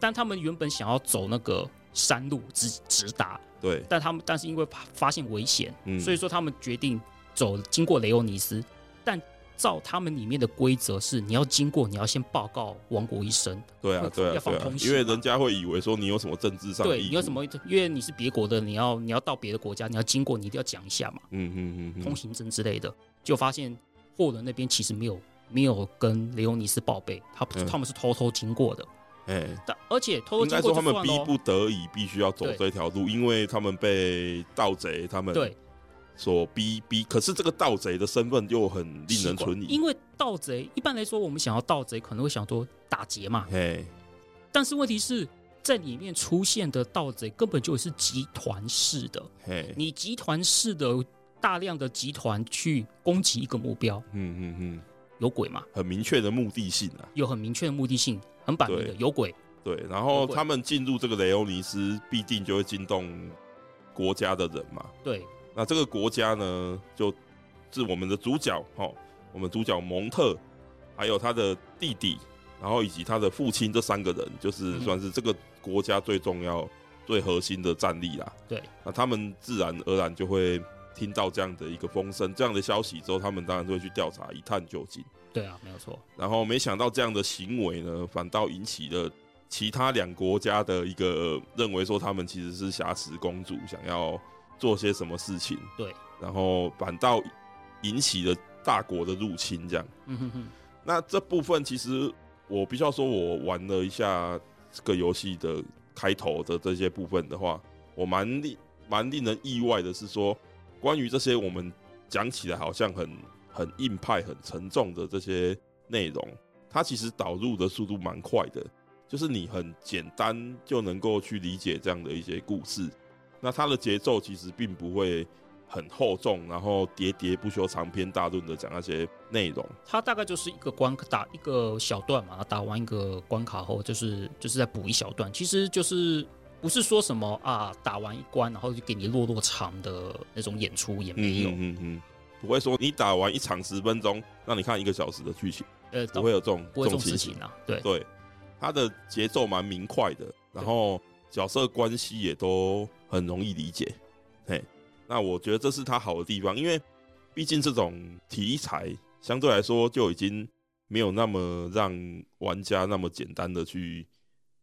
但他们原本想要走那个山路直直达，
对，
但他们但是因为怕发现危险，
嗯
所以说他们决定走经过雷欧尼斯。但照他们里面的规则是，你要经过，你要先报告王国医生，
对啊
会，
对
要
啊，
放
对啊
通，行
因为
嘛
人家会以为说你有什么政治上的
对，
意
你
图，
有什么？因为你是别国的，你要你要到别的国家，你要经过，你一定要讲一下嘛，
嗯嗯嗯
通
嗯，
行证之类的。就发现霍伦那边其实没有没有跟雷欧尼斯报备，他
嗯
他们是偷偷经过的，
哎，
但而且偷偷
应
经
该
过就
说他们
算
逼
咯
不得已必须要走
对
这条路，因为他们被盗贼他们
对，
所逼逼，可是这个盗贼的身份又很令
奇
人
怪
存疑
因，为盗贼一般来说，我们想要盗贼，可能会想说打劫嘛。
哎，
但是问题是在里面出现的盗贼根本就是集团式的，
嘿，
你集团式的大量的集团去攻击一个目标，
嗯嗯嗯，
有鬼嘛？
很明确的目的性啊，
有很明确的目的性，很板明的
对，
有鬼。
对，然后
不会
他们进入这个雷欧尼斯，必定就会惊动国家的人嘛。
对，
那这个国家呢，就是我们的主角哦，我们主角蒙特，还有他的弟弟，然后以及他的父亲这三个人，就是
嗯
算是这个国家最重要、最核心的战力啦。
对，
那他们自然而然就会听到这样的一个风声、这样的消息之后，他们当然就会去调查，一探究竟。
对啊，没有错。
然后没想到这样的行为呢，反倒引起了其他两国家的一个、呃认为说他们其实是挟持公主，想要做些什么事情，
对，
然后反倒引起了大国的入侵。这样，
嗯哼哼，
那这部分其实我必须要说，我玩了一下这个游戏的开头的这些部分的话，我蛮令蛮令人意外的是说，关于这些我们讲起来好像很很硬派、很沉重的这些内容，它其实导入的速度蛮快的，就是你很简单就能够去理解这样的一些故事。那它的节奏其实并不会很厚重，然后喋喋不休、长篇大论的讲那些内容。
它大概就是一个关打一个小段嘛，打完一个关卡后，就是就是再补一小段，其实就是不是说什么啊，打完一关然后就给你落落场的那种演出也没有，
嗯嗯嗯，不会说你打完一场十分钟，让你看一个小时的剧情，
呃，
不会有这种
不会这种
情
事
形
情。啊，对
对，它的节奏蛮明快的，然后角色关系也都很容易理解。嘿，那我觉得这是它好的地方，因为毕竟这种题材相对来说就已经没有那么让玩家那么简单的去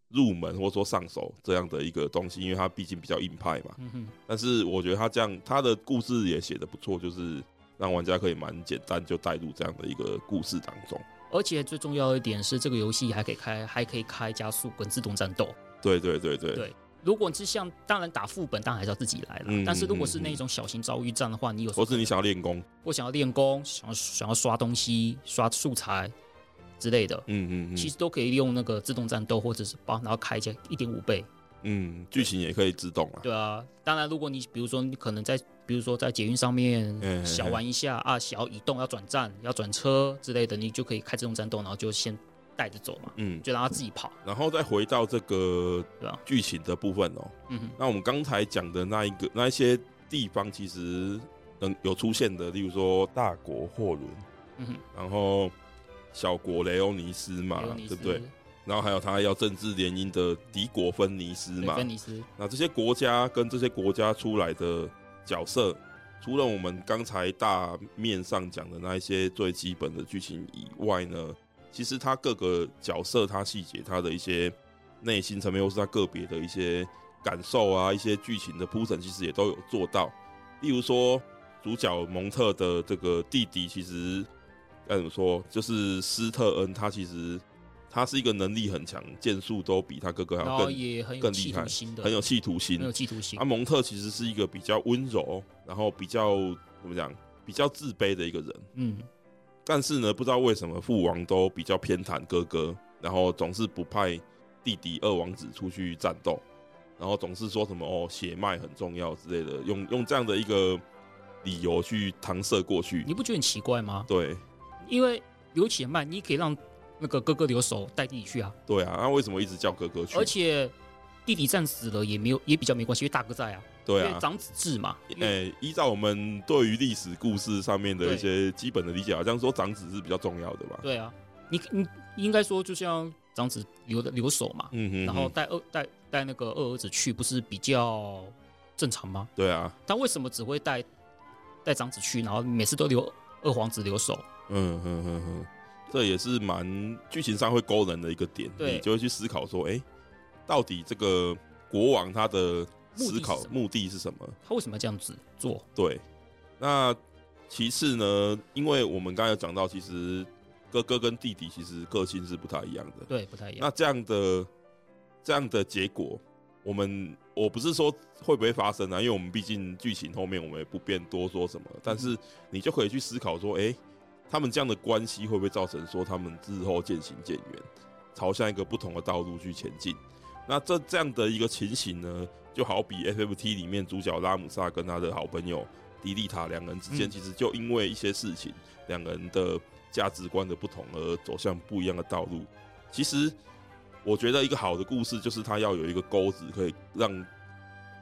入门或者说上手这样的一个东西，因为它毕竟比较硬派嘛。
嗯哼，
但是我觉得他这样，他的故事也写的不错，就是让玩家可以蛮简单就带入这样的一个故事当中。
而且最重要的一点是，这个游戏还可以开还可以开加速跟自动战斗。
对对对对，
对如果你是像当然打副本，当然还是要自己来了。
嗯
但是如果是
嗯嗯
那种小型遭遇战的话，你有时
或
候
是你想要练功，
我想要练功，想要想要刷东西、刷素材之类的，
嗯嗯
其
嗯，
实都可以用那个自动战斗或者是帮，然后开一下一点五倍。
嗯，剧情也可以自动啊。
对啊，当然如果你比如说你可能在比如说在捷运上
嗯嗯
面
嗯
小玩一下啊，想要移动要转站要转车之类的，你就可以开自动战斗，然后就先带着走嘛，
嗯，
就让他自己跑。
然后再回到这个
对啊
剧情的部分哦、
嗯哼，
那我们刚才讲的那一个那一些地方，其实能有出现的，例如说大国霍伦，
嗯哼，
然后小国雷欧尼斯嘛
雷欧，尼
对
斯
不对？？然后还有他要政治联姻的敌国芬尼斯
对
嘛，
芬尼斯，
那这些国家跟这些国家出来的角色，除了我们刚才大面上讲的那一些最基本的剧情以外呢，其实他各个角色、他细节、他的一些内心层面，或是他个别的一些感受啊，一些剧情的铺陈，其实也都有做到。例如说，主角蒙特的这个弟弟，其实该怎么说，就是斯特恩，他其实他是一个能力很强，剑术都比他哥哥还
然
要
后
更
哦也很有
更
企
厉
图
害
心的，
很有企图心
很。有企图心
阿。啊蒙特其实是一个比较温柔，然后比较怎么讲，比较自卑的一个人。
嗯，
但是呢，不知道为什么父王都比较偏袒哥哥，然后总是不派弟弟二王子出去战斗，然后总是说什么哦血脉很重要之类的，用用这样的一个理由去搪塞过去
你。不觉得很奇怪吗？
对
因为留且慢，你可以让那个哥哥留守带弟弟去啊，
对啊，那、为什么一直叫哥哥去
而？且弟弟战死了也没有也比较没关系，因为大哥在啊，
对
因
啊哎
为，长子制嘛。因为
诶、依照我们对于历史故事上面的一些基本的理解，好像说长子是比较重要的吧？
对啊，你你应该说就像长子留的留守嘛，
嗯哼，
然后带二带带那个二儿子去，不是比较正常吗？
对啊，
他为什么只会带带长子去，然后每次都留二皇子留守？
嗯哼哼哼，这也是蛮剧情上会勾人的一个点，
对
你就会去思考说，哎、到底这个国王他的
目的是
思考
什么
目的是什么？
他为什么要这样子做？
对，那其次呢，因为我们刚才有讲到，其实哥哥跟弟弟其实个性是不太一样的。
对，不太一样。
那这样的这样的结果，我们我不是说会不会发生啊，因为我们毕竟剧情后面我们也不便多说什么，
嗯
但是你就可以去思考说，诶，他们这样的关系会不会造成说他们日后渐行渐远，朝向一个不同的道路去前进？那这这样的一个情形呢，就好比 FFT 里面主角拉姆萨跟他的好朋友迪丽塔两人之间，
嗯
其实就因为一些事情，两人的价值观的不同而走向不一样的道路。其实我觉得一个好的故事就是它要有一个钩子，可以让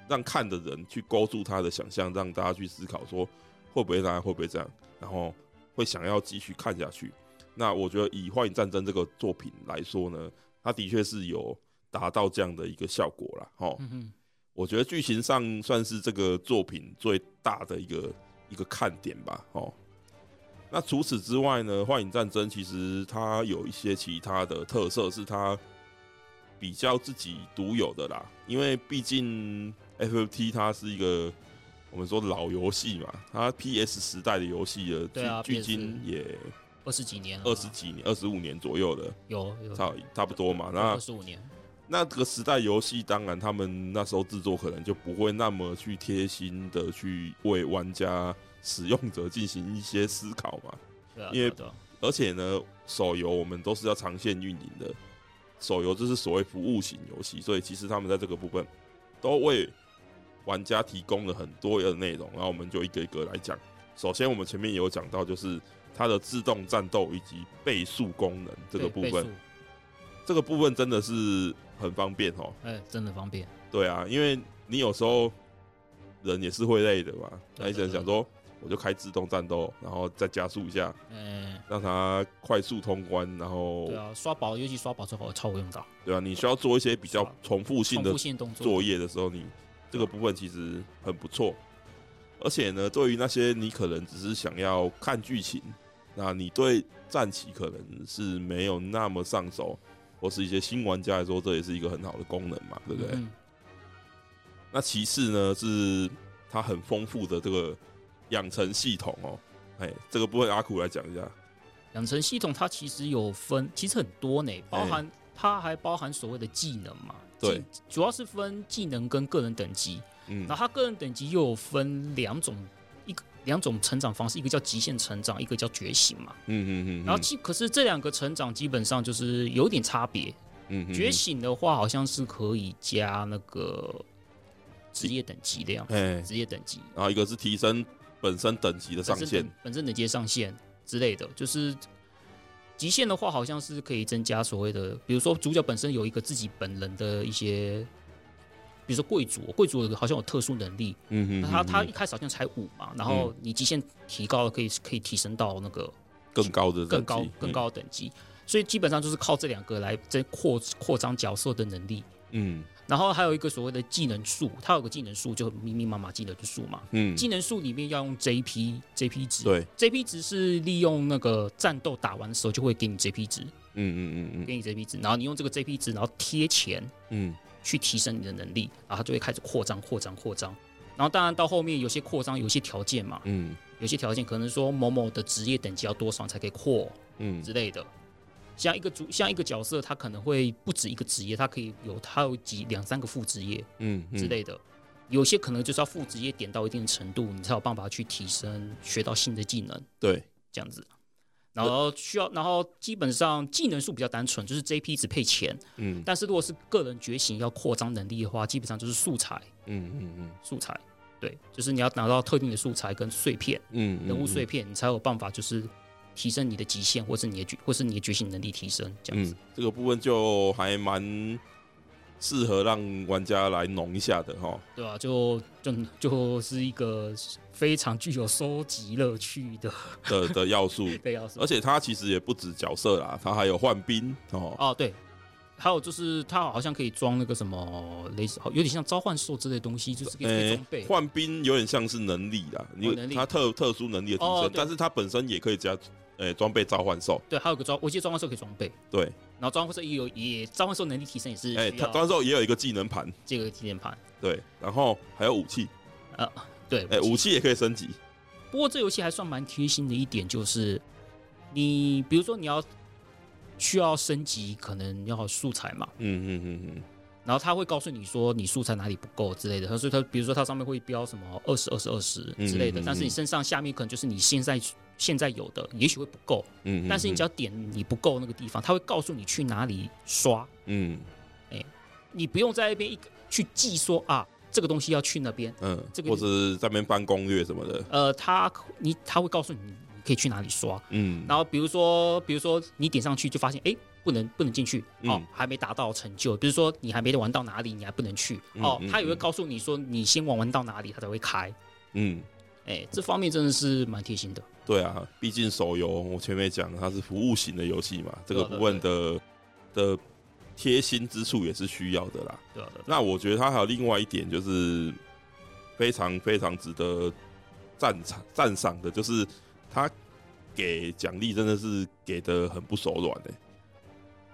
让看的人去勾住他的想象，让大家去思考说会不会这样，会不会这样，然后会想要继续看下去。那我觉得以《幻影战争》这个作品来说呢，它的确是有达到这样的一个效果啦。哦，
嗯哼，
我觉得剧情上算是这个作品最大的一个一个看点吧。哦，那除此之外呢，《幻影战争》其实它有一些其他的特色，是它比较自己独有的啦。因为毕竟 FFT 它是一个我们说老游戏嘛，它 PS 时代的游戏了，
对啊
距
PS
距今也
二十几年了吧，
二十几年、二十五年左右了，
有有
差差不多嘛。那
二十五年，
那个时代游戏，当然他们那时候制作可能就不会那么去贴心的去为玩家、使用者进行一些思考嘛。
对啊，
因为
对啊
而且呢，手游我们都是要长线运营的，手游就是所谓服务型游戏，所以其实他们在这个部分都为玩家提供了很多的内容。然后我们就一个一个来讲。首先，我们前面有讲到，就是它的自动战斗以及倍速功能这个
对
部
倍
分
速，
这个部分真的是很方便哦。
哎，真的方便，
对啊，因为你有时候人也是会累的嘛，
对
那你只能想说，我就开自动战斗，然后再加速一下，
哎，
让它快速通关，然后
对啊，刷宝，尤其刷宝之后超有用到，
对啊，你需要做一些比较重复性
啊重
的
复性动作，啊
作业的时候，你这个部分其实很不错。而且呢，对于那些你可能只是想要看剧情，那你对战棋可能是没有那么上手，或是一些新玩家来说，这也是一个很好的功能嘛，对不对？
嗯？
那其次呢是它很丰富的这个养成系统哦，哎，这个部分阿苦来讲一下。
养成系统它其实有分，其实很多呢，包含、它还包含所谓的技能嘛，
哎对
技，主要是分技能跟个人等级，
嗯
然后它个人等级又有分两种，一个两种成长方式，一个叫极限成长，一个叫觉醒嘛。
嗯嗯嗯，
然后其可是这两个成长基本上就是有点差别，
嗯
觉，醒的话好像是可以加那个职业等级的样子，
哎，
职业等级
然后一个是提升本身等级的上
本身
限
等，本身等级的上限之类的，就是极限的话，好像是可以增加所谓的，比如说主角本身有一个自己本人的一些，比如说贵族，贵族有个好像有特殊能力，
嗯
那他他一开始好像才五嘛，然后你极限提高了，可以可以提升到那个
更高的
更高
嗯
更，高的等级，所以基本上就是靠这两个来增扩扩张角色的能力。
嗯
然后还有一个所谓的技能树，它有个技能树，就密密麻麻技能树嘛。
嗯，
技能树里面要用 JP JP 值，
对，
JP 值是利用那个战斗打完的时候就会给你 JP 值，
嗯嗯嗯
给你 JP 值，然后你用这个 JP 值，然后贴钱
嗯
去提升你的能力，然后它就会开始扩张、扩张、扩张。然后当然到后面有些扩张有一些条件嘛，
嗯
有些条件可能说某某的职业等级要多少才可以扩
嗯
之类的。像一个主像一个角色，他可能会不止一个职业，他可以有他有几两三个副职业
嗯
之，类的。有些可能就是要副职业点到一定程度，你才有办法去提升、学到新的技能。
对，
这样子。然后需要，然后基本上技能数比较单纯，就是 JP 只配钱。
嗯
但是如果是个人觉醒要扩张能力的话，基本上就是素材，
嗯嗯
素材，对，就是你要拿到特定的素材跟碎片，
嗯嗯，
人物碎片，你才有办法就是提升你的极限，或是你的觉，或是你的觉醒能力提升这样子。
嗯，这个部分就还蛮适合让玩家来弄一下的哈。
对啊，就就就是一个非常具有收集乐趣的啊
的的要素，
的要素
而。且它其实也不止角色啦，它还有换兵哦。
哦，对，还有就是它好像可以装那个什么类似，有点像召唤兽之类的东西，就是可以可以
诶
装备。
哎欸
哦
换兵有点像是能力啦，你有
能力
它特特殊能力的提
哦
升
对，
但是它本身也可以加诶装备召唤兽，
对，还有个装，我记得召唤兽可以装备，
对，
然后召唤兽也有也召唤兽能力提升也是哦
哎，
需
它召唤
要
兽也有一个技能盘，
这个纪念盘。
对，然后还有武器，
呃，对，
哎，武器也可以升级，
不过这游戏还算蛮贴心的一点就是，你比如说你要需要升级，可能要素材嘛，
嗯嗯嗯嗯，
然后他会告诉你说你素材哪里不够之类的，所以它比如说它上面会标什么二十二十二十之类的
嗯嗯嗯，
但是你身上下面可能就是你现在现在有的，也许会不够，
嗯嗯，
但是你只要点你不够那个地方，他会告诉你去哪里刷，
嗯
你不用在那边一个去记说啊这个东西要去那边，
嗯，
这个
或者是在那边搬攻略什么的，
呃，他你他会告诉你你可以去哪里刷，
嗯，
然后比如说，比如说你点上去就发现，哎，不能不能进去哦，
嗯
还没达到成就。比如说你还没玩到哪里，你还不能去
嗯
哦
嗯，
他也会
嗯
告诉你说你先玩玩到哪里，他才会开。
嗯，
哎，这方面真的是蛮贴心的。
对啊，毕竟手游我前面讲它是服务型的游戏嘛，这个
对对
部分的的贴心之处也是需要的啦。
对啊，对啊
那我觉得它还有另外一点就是非常非常值得赞赏赞赏的，就是它给奖励真的是给的很不手软的、欸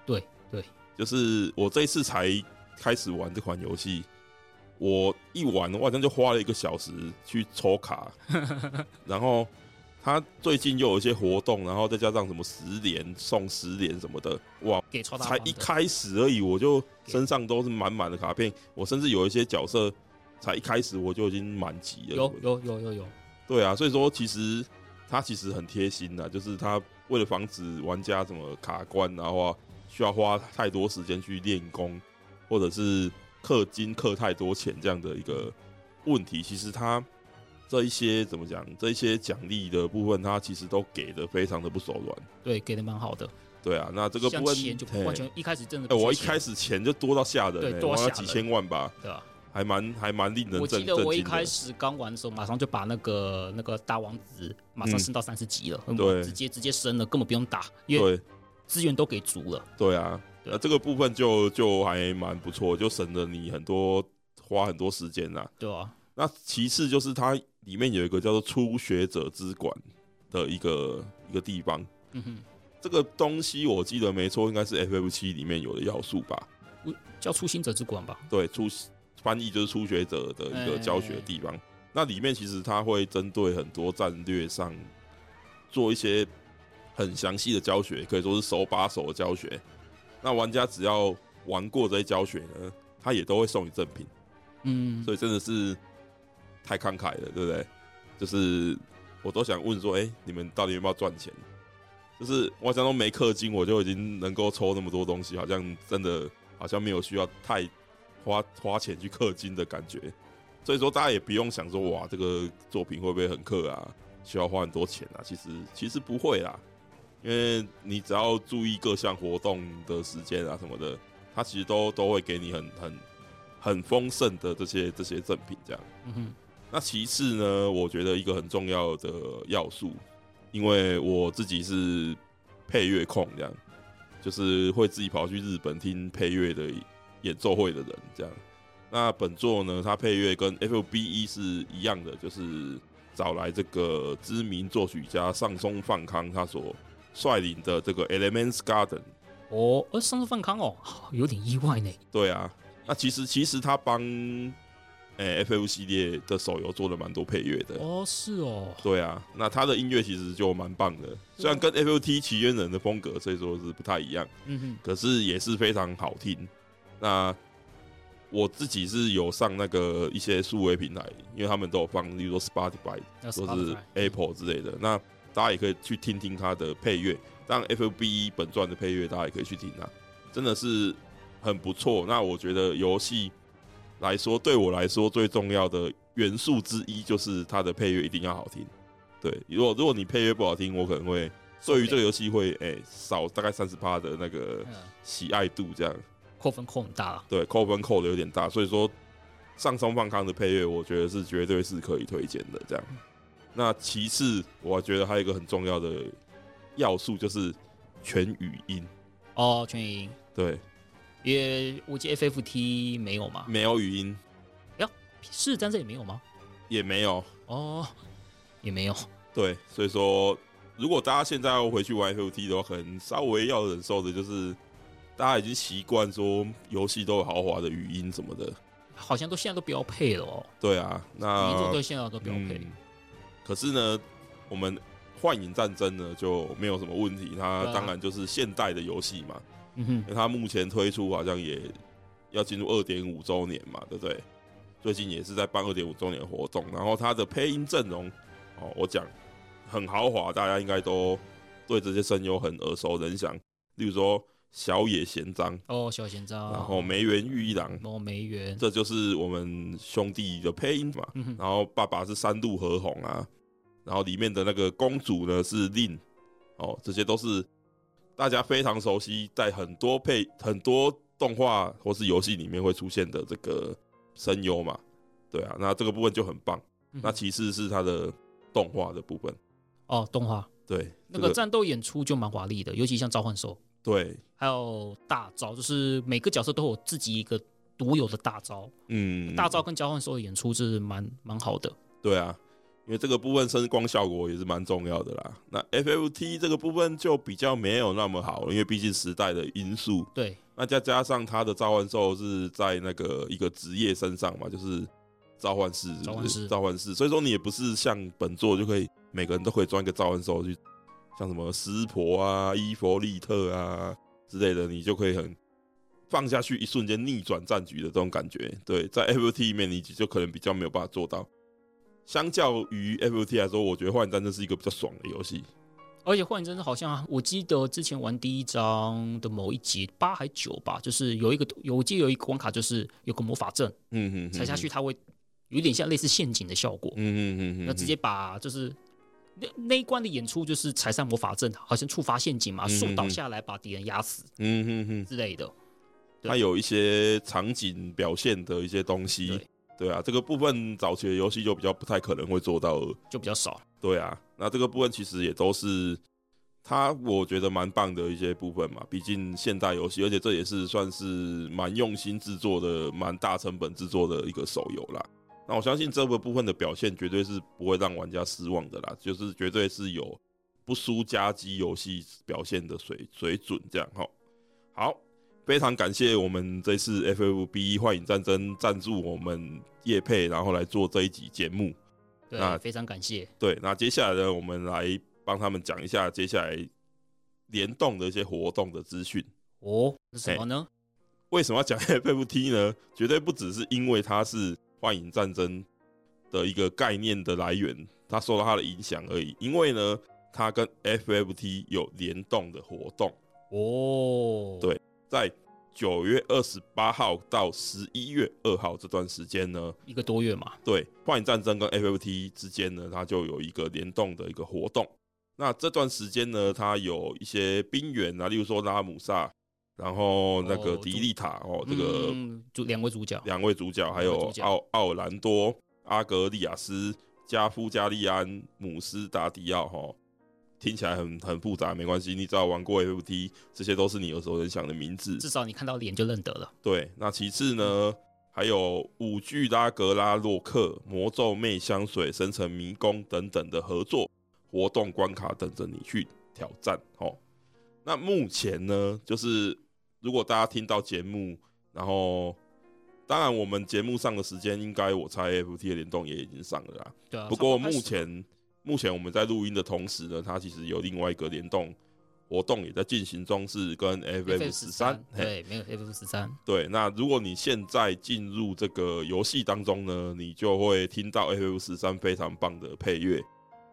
对对，
就是我这一次才开始玩这款游戏，我一玩我好像就花了一个小时去
*laughs*
抽卡，然后它最近又有一些活动，然后再加上什么十连送十连什么的，哇，
给超大
啊才
方
一
的，
开始而已，我就身上都是满满的卡片，我甚至有一些角色才一开始我就已经满级了。
有有有有有，
对啊，所以说其实它其实很贴心的，就是它为了防止玩家什么卡关，然后、啊、需要花太多时间去练功，或者是氪金氪太多钱这样的一个问题，其实它这一些怎么讲，这一些奖励的部分，它其实都给的非常的不手软。
对，给的蛮好的。
对啊，那这个
像
部分
钱就
嘿
完全一开始真的
哎、
不缺钱，
我一开始钱就多到吓人、欸，
对多到
我要
吓
几
人
千万吧，
对吧？
还蛮还蛮令人
我
震
记
震
得
惊
我一
的。
开始刚玩的时候，马上就把那个那个大王子马上
嗯
升到三十级了，
对
直接直接升了，根本不用打，因为
对
资源都给足了。
对啊，
对
那这个部分就就还蛮不错，就省了你很多花很多时间啦。
对啊，
那其次就是它里面有一个叫做初学者之馆的一个一个地方，
嗯哼。
这个东西我记得没错，应该是 FF 七里面有的要素吧？
叫初心者之馆吧。
对，初翻译就是初学者的一个教学的地方。那里面其实它会针对很多战略上做一些很详细的教学，可以说是手把手的教学。那玩家只要玩过这些教学呢，他也都会送你赠品，
嗯，
所以真的是太慷慨了，对不对？就是我都想问说，哎、你们到底有没有赚钱？就是我好像都没氪金，我就已经能够抽那么多东西，好像真的好像没有需要太花花钱去氪金的感觉。所以说大家也不用想说，哇，这个作品会不会很氪啊？需要花很多钱啊？其实其实不会啦，因为你只要注意各项活动的时间啊什么的，它其实都都会给你很很很丰盛的这些这些赠品这样。
嗯哼，
那其次呢，我觉得一个很重要的要素，因为我自己是配乐控，这样就是会自己跑去日本听配乐的演奏会的人，这样。那本作呢，它配乐跟 FB 一 E 是一样的，就是找来这个知名作曲家上松放康他所率领的这个 Elements Garden
哦，呃，上次范康哦，有点意外呢。
对啊，那其实其实他帮诶、FF 系列的手游做了蛮多配乐的。
哦，是哦，
对啊，那他的音乐其实就蛮棒的，虽然跟 FOT 奇缘人的风格，所以说是不太一样，
嗯哼，
可是也是非常好听。那我自己是有上那个一些数位平台，因为他们都有放，例如说 Spotify
那
或是
啊 Spotify
Apple 之类的。那大家也可以去听听它的配乐，当然 FB 本传的配乐大家也可以去听啊，真的是很不错。那我觉得游戏来说，对我来说最重要的元素之一就是它的配乐一定要好听。对，如果如果你配乐不好听，我可能会对于这个游戏会诶、少大概三十趴的那个
嗯，
喜爱度这样。
扣分扣很大了。
对，扣分扣的有点大，所以说上松放康的配乐，我觉得是绝对是可以推荐的。这样，那其次，我觉得还有一个很重要的要素就是全语音。
哦，全赢。
对，
也我记得 FFT 没有嘛，
没有语音
是战这也没有吗？
也没有，
哦，也没有，
对，所以说如果大家现在要回去玩 FT 的话，可能稍微要忍受的就是大家已经习惯说游戏都有豪华的语音什么的，
好像都现在都标配了哦，
对啊，那
民族队现在都标配，
嗯。可是呢，我们幻影战争呢就没有什么问题，它
对啊
当然就是现代的游戏嘛，
嗯哼
因，为它目前推出好像也要进入二点五周年嘛，对不对？最近也是在办二点五周年活动，然后它的配音阵容哦，我讲很豪华，大家应该都对这些声优很耳熟能详，例如说小野贤章，
哦，小贤章，
然后梅园裕一郎，
哦梅园，
这就是我们兄弟的配音嘛。
嗯哼，
然后爸爸是三鹿和红啊，然后里面的那个公主呢是令，哦，这些都是大家非常熟悉，在很多配很多动画或是游戏里面会出现的这个声优嘛，对啊，那这个部分就很棒。
嗯
那其次是它的动画的部分，
哦动画
对，
那
这
个战斗演出就蛮华丽的，尤其像召唤兽，
对，
还有大招，就是每个角色都有自己一个独有的大招，
嗯，
大招跟召唤兽的演出是蛮蛮好的。
对啊，因为这个部分声光效果也是蛮重要的啦。那 FFT 这个部分就比较没有那么好，因为毕竟时代的因素。
对，
那再加上他的召唤兽是在那个一个职业身上嘛，就是召唤士，
召唤
是不
师
是召唤士。所以说你也不是像本作就可以每个人都可以装一个召唤兽去，像什么湿婆啊、伊佛利特啊之类的，你就可以很放下去，一瞬间逆转战局的这种感觉。对，在 FT 里面你就可能比较没有办法做到。相较于 FT 来说，我觉得《幻影战争》是一个比较爽的游戏。
而且幻影真的好像我记得之前玩第一章的某一集八还九吧，就是有一个有我记得有一个关卡，就是有个魔法阵
嗯哼哼哼
踩下去，，它会有点像类似陷阱的效果，
嗯嗯嗯，
那直接把就是。那那一关的演出就是踩上魔法阵，好像触发陷阱嘛，
嗯嗯
树倒
嗯
下来把敌人压死
嗯哼哼。
之类的。对
它有一些场景表现的一些东西，
对
对啊，这个部分早期的游戏就比较不太可能会做到了，
就比较少。
对啊，那这个部分其实也都是它我觉得蛮棒的一些部分嘛，毕竟现代游戏，而且这也是算是蛮用心制作的、蛮大成本制作的一个手游啦。那我相信这个部分的表现绝对是不会让玩家失望的啦，就是绝对是有不输家机游戏表现的水水准这样哈。好，非常感谢我们这次 FFB E 幻影战争赞助我们叶配，然后来做这一集节目。
对，
那
非常感谢。
对，那接下来呢，我们来帮他们讲一下接下来联动的一些活动的资讯。
哦，是什么呢？
为什么要讲 *laughs* FFT 呢？绝对不只是因为它是幻影战争的一个概念的来源，它受到它的影响而已。因为呢，它跟 FFT 有联动的活动，
哦，
对在九月二十八号到十一月二号这段时间呢，
一个多月嘛。
对，幻影战争跟 FFT 之间呢，它就有一个联动的一个活动。那这段时间呢，它有一些兵员啊，例如说拉姆萨，然后那个
哦
迪丽塔哦，这个
嗯主两位主角，
两位主角，还
两位
有
主角
奥奥兰多、阿格利亚斯、加夫加利安、姆斯达迪奥哈。听起来很很复杂，没关系，你只要玩过 FFT，这些都是你耳熟能详的名字。
至少你看到脸就认得了。
对，那其次呢，还有五具拉格拉洛克、魔咒妹香水、生成迷宫等等的合作活动关卡等着你去挑战。哦，那目前呢，就是如果大家听到节目，然后当然我们节目上的时间，应该我猜 FT 的联动也已经上了啦。
对啊，
不过
差多开
目
始
前目前我们在录音的同时呢，它其实有另外一个联动活动也在进行中，是跟 FF
FF
十
十
三哦
三，对，没有 FF 十三，
对，那如果你现在进入这个游戏当中呢，你就会听到 FF 十三非常棒的配乐，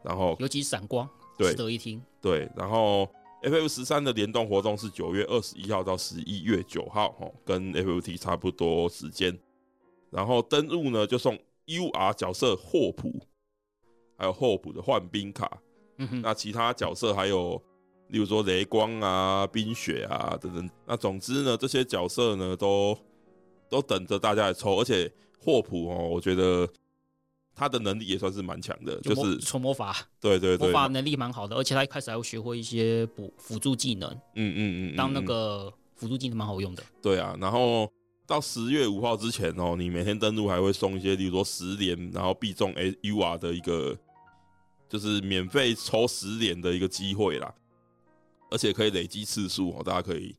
然后
尤其是闪光，
对
值得一听。
对，然后 FF 十三的联动活动是九月二十一号到十一月九号，哦，跟 FFT 差不多时间。然后登录呢，就送 UR 角色霍普，还有霍普的换兵卡，
嗯哼，
那其他角色还有，例如说雷光啊、冰雪啊等等。那总之呢，这些角色呢都都等着大家来抽，而且霍普哦，我觉得他的能力也算是蛮强的，就
魔
是
纯魔法，
对对
魔
对，
法
嗯
能力蛮好的，而且他一开始还会学会一些补辅助技能，
嗯嗯嗯，
当那
嗯
个辅助技能蛮好用的。
对啊，然后到十月五号之前哦，你每天登录还会送一些，例如说十连，然后必中 A U R 的一个，就是免费抽十连的一个机会啦，而且可以累积次数哦，大家可以。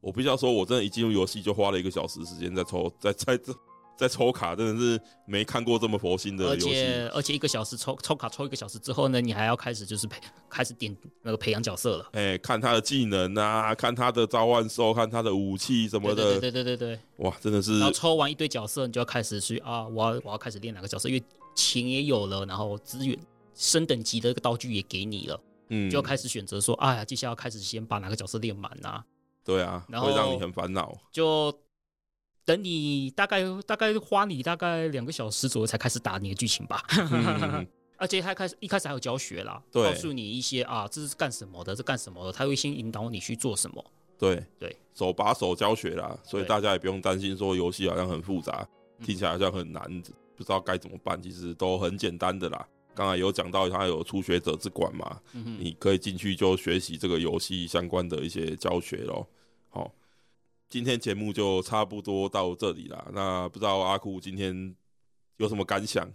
我必须要说，我真的一进入游戏就花了一个小时时间在抽，在在在在抽卡，真的是没看过这么佛心的
而
游戏。
且而且一个小时抽抽卡抽一个小时之后呢，你还要开始就是培开始点那个培养角色了。
哎、看他的技能啊，看他的召唤兽，看他的武器什么
对
的，
对对对对对，
哇，真的是
然后抽完一堆角色，你就要开始去啊，我要我要开始练哪个角色，因为琴也有了，然后资源升等级的一个道具也给你了，
嗯，
就要开始选择说，哎呀，接下来要开始先把哪个角色练满啊，
对啊，
然
会让
后
你很
*laughs*
烦恼。
就等你大概大概花你大概两个小时左右才开始打你的剧情吧。 *laughs*
嗯
而且他开始一开始还有教学啦，
对
告诉你一些啊，这是干什么的，这干什么的，他会先引导你去做什么。
对
对，
手把手教学啦，所以
对
大家也不用担心说游戏好像很复杂，
嗯
听起来好像很难，不知道该怎么办，其实都很简单的啦。刚才有讲到它有初学者之管嘛，
嗯哼，
你可以进去就学习这个游戏相关的一些教学咯。好，今天节目就差不多到这里啦。那不知道阿酷今天有什么感想？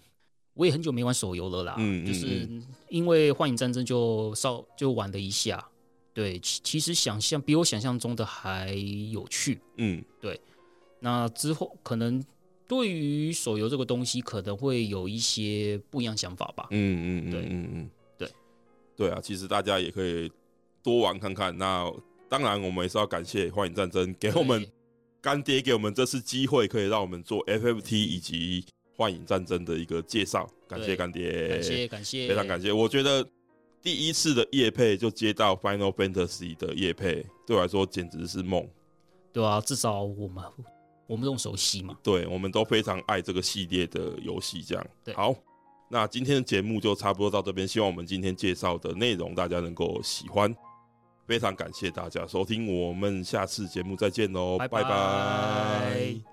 我也很久没玩手游了啦，
嗯嗯
就是因为《幻影战争》就稍就玩了一下，对，其其实想象比我想象中的还有趣。
嗯
那之后可能对于手游这个东西，可能会有一些不一样想法吧。
嗯嗯嗯
对
嗯嗯，
对
对啊，其实大家也可以多玩看看。那当然，我们也是要感谢《幻影战争》给我们
对
干爹给我们这次机会，可以让我们做 FFT 以及《幻影战争》的一个介绍，感谢
对
干爹，
感谢感谢，
非常感谢。我觉得第一次的夜配就接到 Final Fantasy 的夜配，对我来说简直是梦。
对啊，至少我们我们这种熟悉嘛，
对，我们都非常爱这个系列的游戏。这样，
对
好，那今天的节目就差不多到这边，希望我们今天介绍的内容大家能够喜欢。非常感谢大家收听，我们下次节目再见喽，
拜
拜
拜